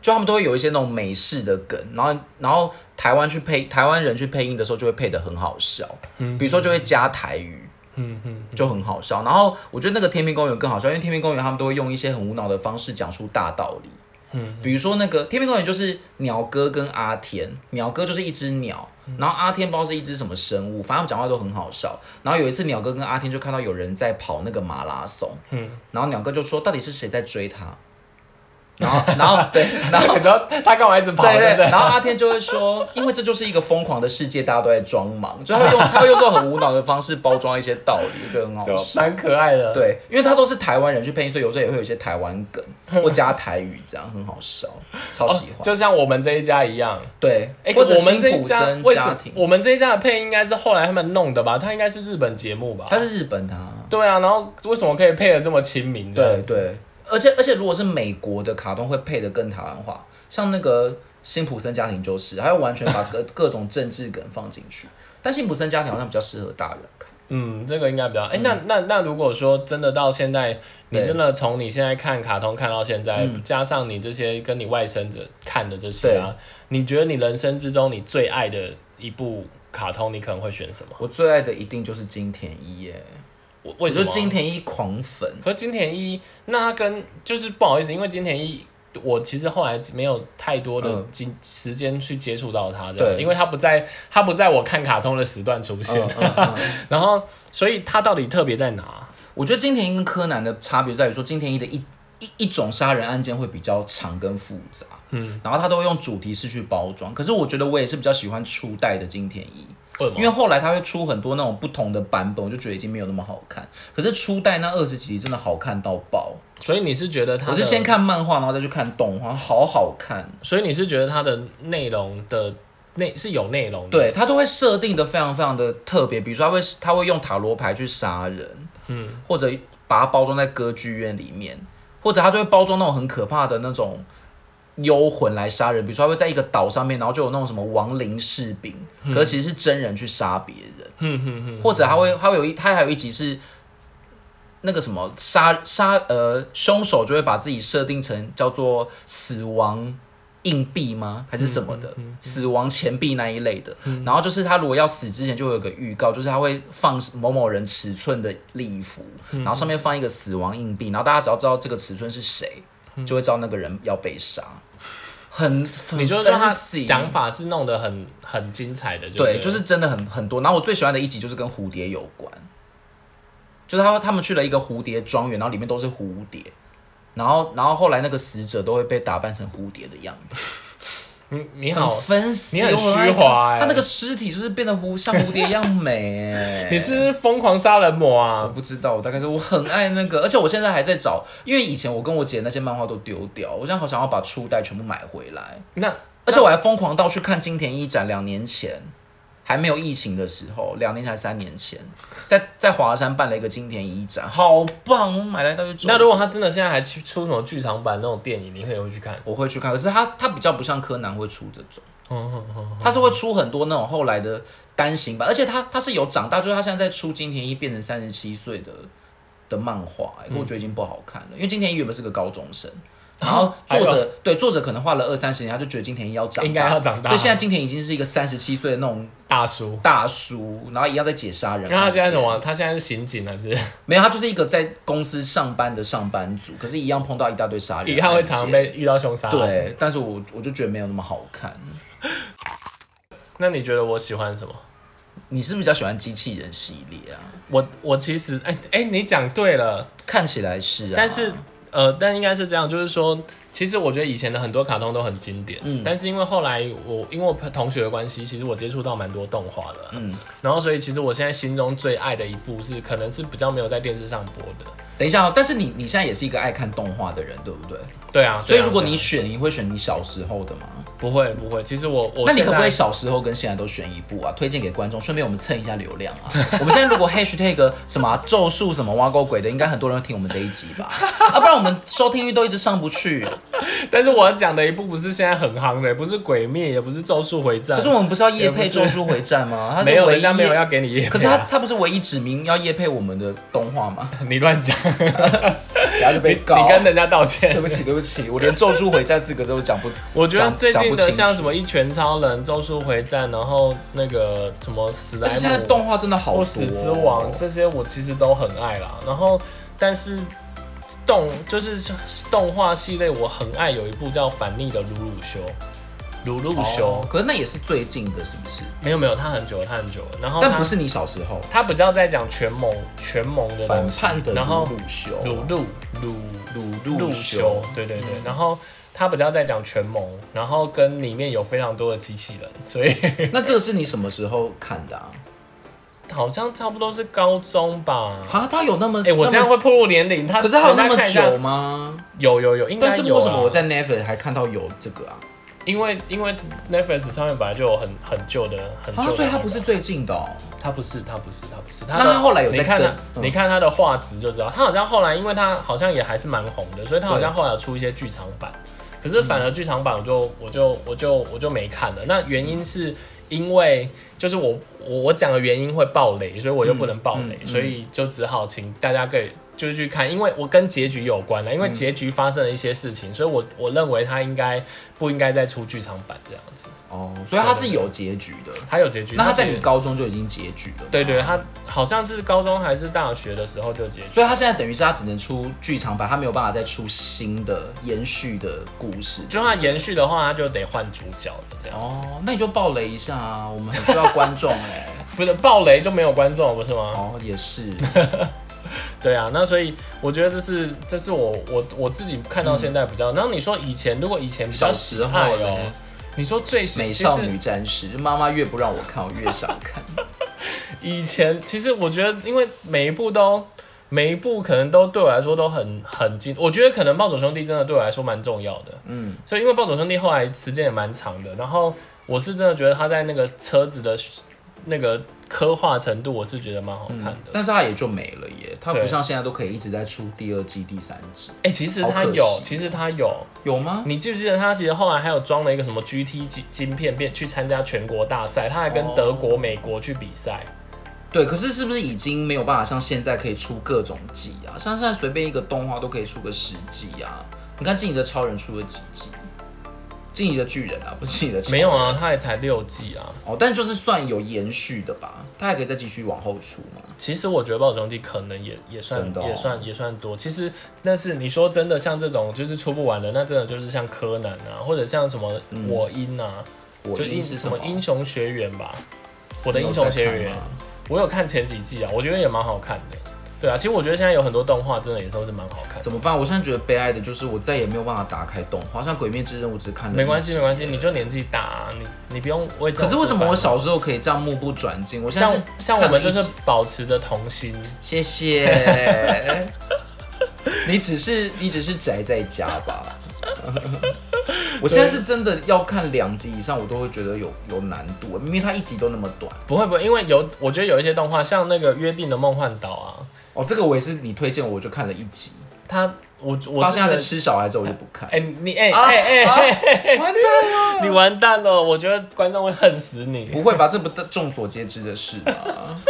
Speaker 1: 就他们都会有一些那种美式的梗，然后然后台湾去配台湾人去配音的时候就会配得很好笑，比如说就会加台语。
Speaker 2: 嗯嗯，
Speaker 1: 就很好笑，然后我觉得那个《天命公园》更好笑，因为《天命公园》他们都会用一些很无脑的方式讲述大道理。嗯，比如说那个《天命公园》就是鸟哥跟阿天，鸟哥就是一只鸟，然后阿天不知道是一只什么生物，反正他们讲话都很好笑。然后有一次鸟哥跟阿天就看到有人在跑那个马拉松，嗯，然后鸟哥就说到底是谁在追他，然后然后对，然后
Speaker 2: 你知道他干嘛一直跑？
Speaker 1: 对
Speaker 2: 对
Speaker 1: 对
Speaker 2: 不对
Speaker 1: 然后阿天就会说，因为这就是一个疯狂的世界，大家都在装忙，就他会用他会用这种很无脑的方式包装一些道理，我觉得很好
Speaker 2: 就
Speaker 1: 笑。
Speaker 2: 蛮可爱的。，
Speaker 1: 对，因为他都是台湾人去配音，所以有时候也会有一些台湾梗或加台语，这样很好笑，超喜欢。
Speaker 2: 哦就像我们这一家一样。
Speaker 1: 对，
Speaker 2: 哎、
Speaker 1: 或者
Speaker 2: 我们这
Speaker 1: 辛
Speaker 2: 一
Speaker 1: 普
Speaker 2: 家
Speaker 1: 森
Speaker 2: 为什
Speaker 1: 家
Speaker 2: 么
Speaker 1: 庭，
Speaker 2: 我们这一家的配音应该是后来他们弄的吧？它应该是日本节目吧？
Speaker 1: 他是日本的啊、
Speaker 2: 对啊，然后为什么可以配的这么亲民？这样
Speaker 1: 对
Speaker 2: 子
Speaker 1: 对，而且而且如果是美国的卡通会配的更台湾化，像那个辛普森家庭就是，他会完全把各 各种政治梗放进去，但辛普森家庭好像比较适合大人看。
Speaker 2: 嗯，这个应该比较。哎、那那那如果说真的到现在，你
Speaker 1: 对
Speaker 2: 真的从你现在看卡通看到现在，
Speaker 1: 嗯
Speaker 2: 加上你这些跟你外甥者看的这些啊，你觉得你人生之中你最爱的一部卡通，你可能会选什么？
Speaker 1: 我最爱的一定就是金田一耶，
Speaker 2: 我
Speaker 1: 我
Speaker 2: 为什
Speaker 1: 就
Speaker 2: 么？啊
Speaker 1: 金田一狂粉。
Speaker 2: 可是金田一，那他跟就是不好意思，因为金田一。我其实后来没有太多的
Speaker 1: 嗯
Speaker 2: 经、时间去接触到他，这样，
Speaker 1: 对
Speaker 2: 因为他不在，他不在我看卡通的时段出现，
Speaker 1: 嗯
Speaker 2: 然后，所以他到底特别在哪？
Speaker 1: 我觉得金田一跟柯南的差别在于说，金田一的一一一种杀人案件会比较长跟复杂，嗯，然后他都会用主题式去包装。可是我觉得我也是比较喜欢初代的金田一，
Speaker 2: 为什么
Speaker 1: 因为后来他会出很多那种不同的版本，我就觉得已经没有那么好看。可是初代那二十几集真的好看到爆，
Speaker 2: 所以你是觉得他？
Speaker 1: 我是先，看漫画，然后再去看动画，好好看。
Speaker 2: 所以你是觉得它的内容的内是有内容的？，
Speaker 1: 对他都会设定的非常非常的特别，比如说他会他会用塔罗牌去杀人，嗯，或者把它包装在歌剧院里面，或者他就会包装那种很可怕的那种幽魂来杀人，比如说他会在一个岛上面，然后就有那种什么亡灵士兵，可是其实是真人去杀别人，
Speaker 2: 嗯哼哼哼，
Speaker 1: 或者他会他会有一他还有一集是。那个什么杀杀呃，凶手就会把自己设定成叫做死亡硬币吗？还是什么的、死亡钱币那一类的、然后就是他如果要死之前就会有个预告，就是他会放某某人尺寸的礼服、然后上面放一个死亡硬币，然后大家只要知道这个尺寸是谁，就会知道那个人要被杀。嗯 很，很
Speaker 2: 你就让他
Speaker 1: fancy
Speaker 2: 想法是弄得很很精彩的，
Speaker 1: 对，
Speaker 2: 对，
Speaker 1: 就是真的很很多。然后我最喜欢的一集就是跟蝴蝶有关，就是他他们去了一个蝴蝶庄园，然后里面都是蝴蝶，然后然后后来那个死者都会被打扮成蝴蝶的样子，
Speaker 2: 你你
Speaker 1: 很
Speaker 2: 好，
Speaker 1: 分析，
Speaker 2: 哦你很
Speaker 1: 我爱
Speaker 2: 虚华
Speaker 1: 看
Speaker 2: 欸
Speaker 1: 他那个尸体就是变得蝴像蝴蝶一样 美、欸，
Speaker 2: 你是不是疯狂杀人魔
Speaker 1: 我
Speaker 2: 啊？
Speaker 1: 不知道，我大概是我很爱那个，而且我现在还在找，因为以前我跟我姐那些漫画都丢掉，我现在好想要把初代全部买回来，
Speaker 2: 那
Speaker 1: 而且我还疯狂到去看金田一展，两年前还没有疫情的时候，两年前还是三年前，在在华山办了一个金田一展，好棒，我买来到去
Speaker 2: 那如果他真的现在还去出什么剧场版那种电影，你可以会去看。
Speaker 1: 我会去看，可是它它比较不像柯南会出这种。
Speaker 2: 嗯嗯嗯，
Speaker 1: 他是会出很多那种后来的单行版，而且他他是有长大，就是他现在在出金田一变成三十七岁的的漫画、
Speaker 2: 嗯
Speaker 1: 欸，我觉得已经不好看了，因为金田一原本是个高中 生。然后作
Speaker 2: 哎
Speaker 1: 者、
Speaker 2: 呦
Speaker 1: 对作者可能画了二三十年，他就觉得金田一要长大，
Speaker 2: 应该要长大
Speaker 1: 所以现在金田已经是一个三十七岁的那种
Speaker 2: 大叔。
Speaker 1: 大叔，然后一样在解杀人案件。
Speaker 2: 那他现在什么？他现在是刑警了，是不是？
Speaker 1: 没有，他就是一个在公司上班的上班族，可是一样碰到一大堆杀人案件。
Speaker 2: 以后会常常被遇到凶杀。，
Speaker 1: 对，但是我我就觉得没有那么好看。
Speaker 2: 那你觉得我喜欢什么？
Speaker 1: 你是不是比较喜欢机器人系列啊？
Speaker 2: 我我其实，哎、哎、你讲对了，
Speaker 1: 看起来是啊，
Speaker 2: 但是呃，但应该是这样，就是说，其实我觉得以前的很多卡通都很经典，嗯，但是因为后来我因为我同学的关系，其实我接触到蛮多动画的，嗯，然后所以其实我现在心中最爱的一部是，可能是比较没有在电视上播的，
Speaker 1: 等一下哦，但是你你现在也是一个爱看动画的人，对不对？
Speaker 2: 对啊，
Speaker 1: 所以
Speaker 2: 对啊
Speaker 1: 如果
Speaker 2: 对
Speaker 1: 你
Speaker 2: 啊
Speaker 1: 选，你会选你小时候的吗？
Speaker 2: 不会不会，其实我我
Speaker 1: 那你可不可以
Speaker 2: 现
Speaker 1: 小时候跟现在都选一部啊？推荐给观众，顺便我们蹭一下流量啊。 我们现在如果 hashtag 什么啊、咒术什么挖沟鬼的，应该很多人会听我们这一集 吧？啊，不然我们收听率都一直上不去。
Speaker 2: 在？但是我要讲的一部不是现在很夯的，不是《鬼灭》，也不是《咒术回战
Speaker 1: 可是》，我们不是要夜配
Speaker 2: 也
Speaker 1: 《
Speaker 2: 不是
Speaker 1: 咒术回战》 吗？它是
Speaker 2: 没有
Speaker 1: 唯
Speaker 2: 人
Speaker 1: 一
Speaker 2: 家没有要给你业配啊、
Speaker 1: 可是他他不是唯一指明要夜配我们的动画吗？
Speaker 2: 你乱讲，
Speaker 1: 然后就
Speaker 2: 你
Speaker 1: 被告。
Speaker 2: 你跟人家道歉
Speaker 1: 对。不起对不起，我连《咒术回战》四个字都讲不。
Speaker 2: 我觉得
Speaker 1: 讲
Speaker 2: 最
Speaker 1: 讲
Speaker 2: 近
Speaker 1: 不
Speaker 2: 的
Speaker 1: 清
Speaker 2: 像
Speaker 1: 楚
Speaker 2: 什么《一拳超人》《咒术回战》，然后那个什么史莱
Speaker 1: 而且现在
Speaker 2: 姆、
Speaker 1: 动画真的好多、
Speaker 2: 不
Speaker 1: 哦。
Speaker 2: 死之王这些，我其实都很爱啦。然后，但是动就是动画系列，我很爱有一部叫《反逆的鲁鲁修》，鲁鲁修
Speaker 1: 哦，可是那也是最近的，是不是？
Speaker 2: 没有没有，他很久了，他很久了。然后
Speaker 1: 但不
Speaker 2: 哦他
Speaker 1: 是你小时候
Speaker 2: 他比较在讲全盟全盟的
Speaker 1: 反
Speaker 2: 东西，
Speaker 1: 叛的
Speaker 2: 然后
Speaker 1: 鲁修，
Speaker 2: 鲁鲁鲁
Speaker 1: 鲁
Speaker 2: 入
Speaker 1: 路
Speaker 2: 修
Speaker 1: 修，，嗯
Speaker 2: 对对对，然后他比较在讲全盟，然后跟里面有非常多的机器人，所以
Speaker 1: 那这个是你什么时候看的啊？
Speaker 2: 好像差不多是高中吧。
Speaker 1: 啊，他 有那么
Speaker 2: 哎、我这样，会破入年龄，
Speaker 1: 那
Speaker 2: 他
Speaker 1: 么可是他有那
Speaker 2: 人
Speaker 1: 么
Speaker 2: 家看一下
Speaker 1: 久吗？
Speaker 2: 有有有，应该
Speaker 1: 但
Speaker 2: 有、啊。
Speaker 1: 是为什么我？在 Netflix 还看到有这个啊？
Speaker 2: 因为因为 Netflix 上面本来就有很很旧的很旧
Speaker 1: 啊，
Speaker 2: 的，
Speaker 1: 所以他不是，最近的哦。
Speaker 2: 他不是，他不是，他不是。
Speaker 1: 那
Speaker 2: 的
Speaker 1: 他后来有在
Speaker 2: 你看他
Speaker 1: 跟，嗯
Speaker 2: 你看他的画质就知道，他好像后来，因为他好像也还是蛮红的，所以他好像
Speaker 1: 对
Speaker 2: 后来有出一些剧场版。可是反而剧场版我就我就我就我就没看了。那原因是因为就是我我我讲的原因会爆雷，所以我又不能爆雷，
Speaker 1: 嗯嗯
Speaker 2: 所以就只好请大家可以就是去看，因为我跟结局有关了，
Speaker 1: 嗯
Speaker 2: 因为结局发生了一些事情，所以我我认为他应该不应该再出剧场版这样子。
Speaker 1: 哦，所以他是有结局的。
Speaker 2: 他有结局，
Speaker 1: 那他在
Speaker 2: 结
Speaker 1: 你高中就已经结局了。
Speaker 2: 对对，。他好像是高中还是大学的时候就结束。
Speaker 1: 所以他现在等于是他只能出剧场版，他没有办法再出新的延续的故事。
Speaker 2: 就他延续的话，他就得换主角了，这样、
Speaker 1: 哦，那你就爆雷一下啊，我们很需要观众 哎、
Speaker 2: 不是暴雷就没有观众了，不是吗？
Speaker 1: 哦，也是，
Speaker 2: 对啊，那所以我觉得这是这是我我我自己看到现在比较。然后你说以前如果以前比较
Speaker 1: 嗯小时候
Speaker 2: 喜爱
Speaker 1: 嘞
Speaker 2: 哦，你说最喜
Speaker 1: 美少。
Speaker 2: 其实
Speaker 1: 女战士，妈妈越不让我看，我越想看。
Speaker 2: 以前其实我觉得，因为每一部都每一部可能都对我来说都很很近，我觉得可能暴走兄弟真的对我来说蛮重要的。
Speaker 1: 嗯，
Speaker 2: 所以因为暴走兄弟后来时间也蛮长的，然后我是真的觉得他在那个车子的那个刻画程度，我是觉得蛮好看的。
Speaker 1: 但是它也就没了耶，它
Speaker 2: 对
Speaker 1: 不像现在都可以一直在出第二季、第三季，
Speaker 2: 哎、其实
Speaker 1: 嗯好
Speaker 2: 他
Speaker 1: 可
Speaker 2: 有，
Speaker 1: 惜
Speaker 2: 其实他有，
Speaker 1: 有吗？
Speaker 2: 你记不记得他其实后来还有装了一个什么 GT 晶晶片变去参加全国大赛，他还跟
Speaker 1: 哦
Speaker 2: 德国、美国去比赛。
Speaker 1: 对，可是是不是已经没有办法像现在可以出各种季啊？像现在随便一个动画都可以出个十季啊。你看《进击的超人》出了几季，《进击的巨人》啊，不是《进击的超人》
Speaker 2: 没有啊，他也才六季啊。
Speaker 1: 哦，但就是算有延续的吧，它还可以再继续往后出嘛。
Speaker 2: 其实我觉得暴走兄弟可能也也算
Speaker 1: 真的哦
Speaker 2: 也算也算多。其实，但是你说真的，像这种就是出不完的，那真的就是像柯南啊，或者像什么我英啊，
Speaker 1: 嗯我
Speaker 2: 就
Speaker 1: 英
Speaker 2: 英
Speaker 1: 是
Speaker 2: 什
Speaker 1: 么
Speaker 2: 么？英雄学员吧，我
Speaker 1: 我
Speaker 2: 的英雄学员，我有看前几季啊，我觉得也蛮好看的。对啊，其实我觉得现在有很多动画真的也都是蛮好看的。
Speaker 1: 怎么办？我现在觉得悲哀的就是我再也没有办法打开动画，像《鬼灭之刃》我只看了
Speaker 2: 没关
Speaker 1: 一集
Speaker 2: 系，没关系，你就年纪大、啊，你你不用为这
Speaker 1: 可
Speaker 2: 种
Speaker 1: 是为什么我
Speaker 2: 事烦
Speaker 1: 小时候可以这样目不转睛？我现在
Speaker 2: 像
Speaker 1: 是
Speaker 2: 像我
Speaker 1: 看了
Speaker 2: 们
Speaker 1: 一
Speaker 2: 就是
Speaker 1: 集
Speaker 2: 保持着童心，
Speaker 1: 谢谢。 你只是你只是宅在家吧？ 我现在是真的要看两集以上，我都会觉得有有难度，明明它一集都那么短。
Speaker 2: 不会不会，因为有我觉得有一些动画，像那个《约定的梦幻岛》啊，
Speaker 1: 哦，这个我也是你推荐我，我就看了一集，
Speaker 2: 它我我
Speaker 1: 发
Speaker 2: 是
Speaker 1: 现
Speaker 2: 觉
Speaker 1: 他在
Speaker 2: 得，
Speaker 1: 吃小孩之后我就不看。
Speaker 2: 哎、你哎
Speaker 1: 啊
Speaker 2: 哎哎，
Speaker 1: 完蛋了！
Speaker 2: 你完蛋了，我觉得观众会恨死你。
Speaker 1: 不会吧？这不都众所皆知的事啊吗？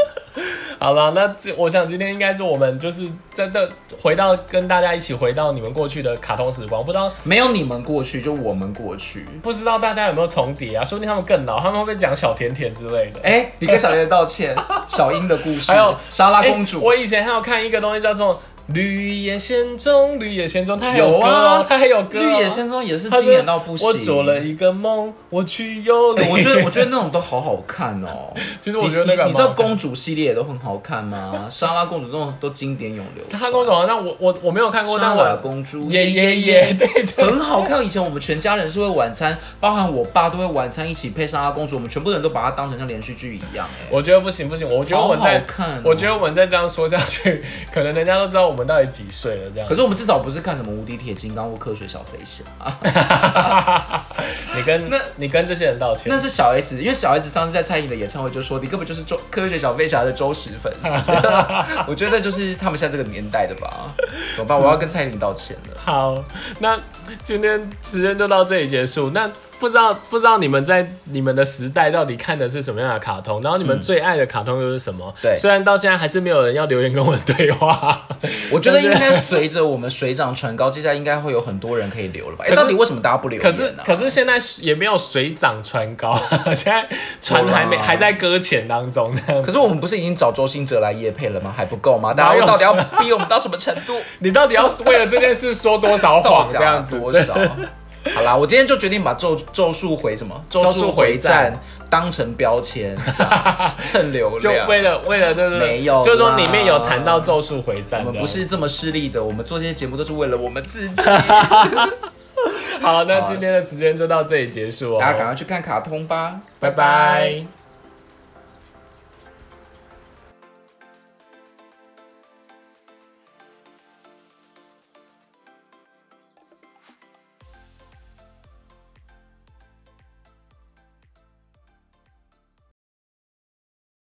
Speaker 2: 好了，那这我想今天应该是我们就是真的回到跟大家一起回到你们过去的卡通时光，不知道
Speaker 1: 没有你们过去，就我们过去。
Speaker 2: 不知道大家有没有重叠啊？说不定他们更老，他们会不会讲小甜甜之类的？
Speaker 1: 哎、你跟小莲道 歉，小樱的故事，
Speaker 2: 还有
Speaker 1: 莎拉
Speaker 2: 哎
Speaker 1: 公主，
Speaker 2: 我以前还有看一个东西叫做《绿野仙踪》，绿野仙踪，它还有
Speaker 1: 有
Speaker 2: 歌、
Speaker 1: 啊
Speaker 2: 哦，它还有歌、哦。
Speaker 1: 绿野仙踪也是
Speaker 2: 它是
Speaker 1: 经典到不行。
Speaker 2: 我做了一个梦，我去有你。
Speaker 1: 哎我觉 得，我觉得那种都好好看哦。
Speaker 2: 其实我觉得那个
Speaker 1: 你你你知道
Speaker 2: 蛮好看
Speaker 1: 公主系列也都很好看 吗？莎拉公主这种都经典永流传。
Speaker 2: 她公主好像我我我没有看过，
Speaker 1: 莎
Speaker 2: 但
Speaker 1: 拉
Speaker 2: 我
Speaker 1: 公主，
Speaker 2: 也也也对对
Speaker 1: 很好看。以前我们全家人是会晚餐，包含我爸都会晚餐一起配莎拉公主，我们全部人都把它当成像连续剧一样、哎，
Speaker 2: 我觉得不行不行，我觉得我
Speaker 1: 好好
Speaker 2: 再，
Speaker 1: 看哦
Speaker 2: 我觉得我们再这样说下去，可能人家都知道我们到底几岁了。这样
Speaker 1: 可，是我们至少不是看什么无敌铁金刚或科学小飞侠啊，
Speaker 2: 你跟
Speaker 1: 那
Speaker 2: 你跟这些人道歉
Speaker 1: 那。是小 S，因为小 S 上次在蔡依林的演唱会就说你根本就是周科学小飞侠的忠实粉 丝，我觉得就是他们现在这个年代的 吧，怎么办？我要跟蔡依林道歉了。
Speaker 2: 好，那今天时间就到这里结束。那不知道不知道你们在你们的时代到底看的是什么样的卡通，然后你们最爱的卡通又是什么？
Speaker 1: 对
Speaker 2: 虽然到现在还是没有人要留言跟我对 话，
Speaker 1: 我觉得应该随着我们水涨船高，接下来应该会有很多人可以留了吧？哎、
Speaker 2: 可是
Speaker 1: 到底为什么大家不留言、
Speaker 2: 可
Speaker 1: 啊？
Speaker 2: 是可是现在也没有水涨船高，啊 现在船还没
Speaker 1: 有啦
Speaker 2: 还在搁浅当中这样
Speaker 1: 可是我们不是已经找周星哲来夜配了吗？还不够吗？大
Speaker 2: 哪有
Speaker 1: 家 到底要逼我们到什么程度？
Speaker 2: 你到底要为了这件事说多少
Speaker 1: 造
Speaker 2: 谎这
Speaker 1: 假
Speaker 2: 样子？
Speaker 1: 多少？好啦，我今天就决定把咒咒术回什么咒
Speaker 2: 术
Speaker 1: 术
Speaker 2: 回
Speaker 1: 回
Speaker 2: 战
Speaker 1: 战当成标签，这 样蹭流
Speaker 2: 就
Speaker 1: 量。
Speaker 2: 为了为了就是
Speaker 1: 没有啦
Speaker 2: 就是说里面有谈到咒术回战，
Speaker 1: 我们不是这么势利的，我们做这些节目都是为了我们 自己。
Speaker 2: 这样好。那今天的时间就到这里结束哦，
Speaker 1: 大家赶快去看卡通吧，
Speaker 2: 拜拜。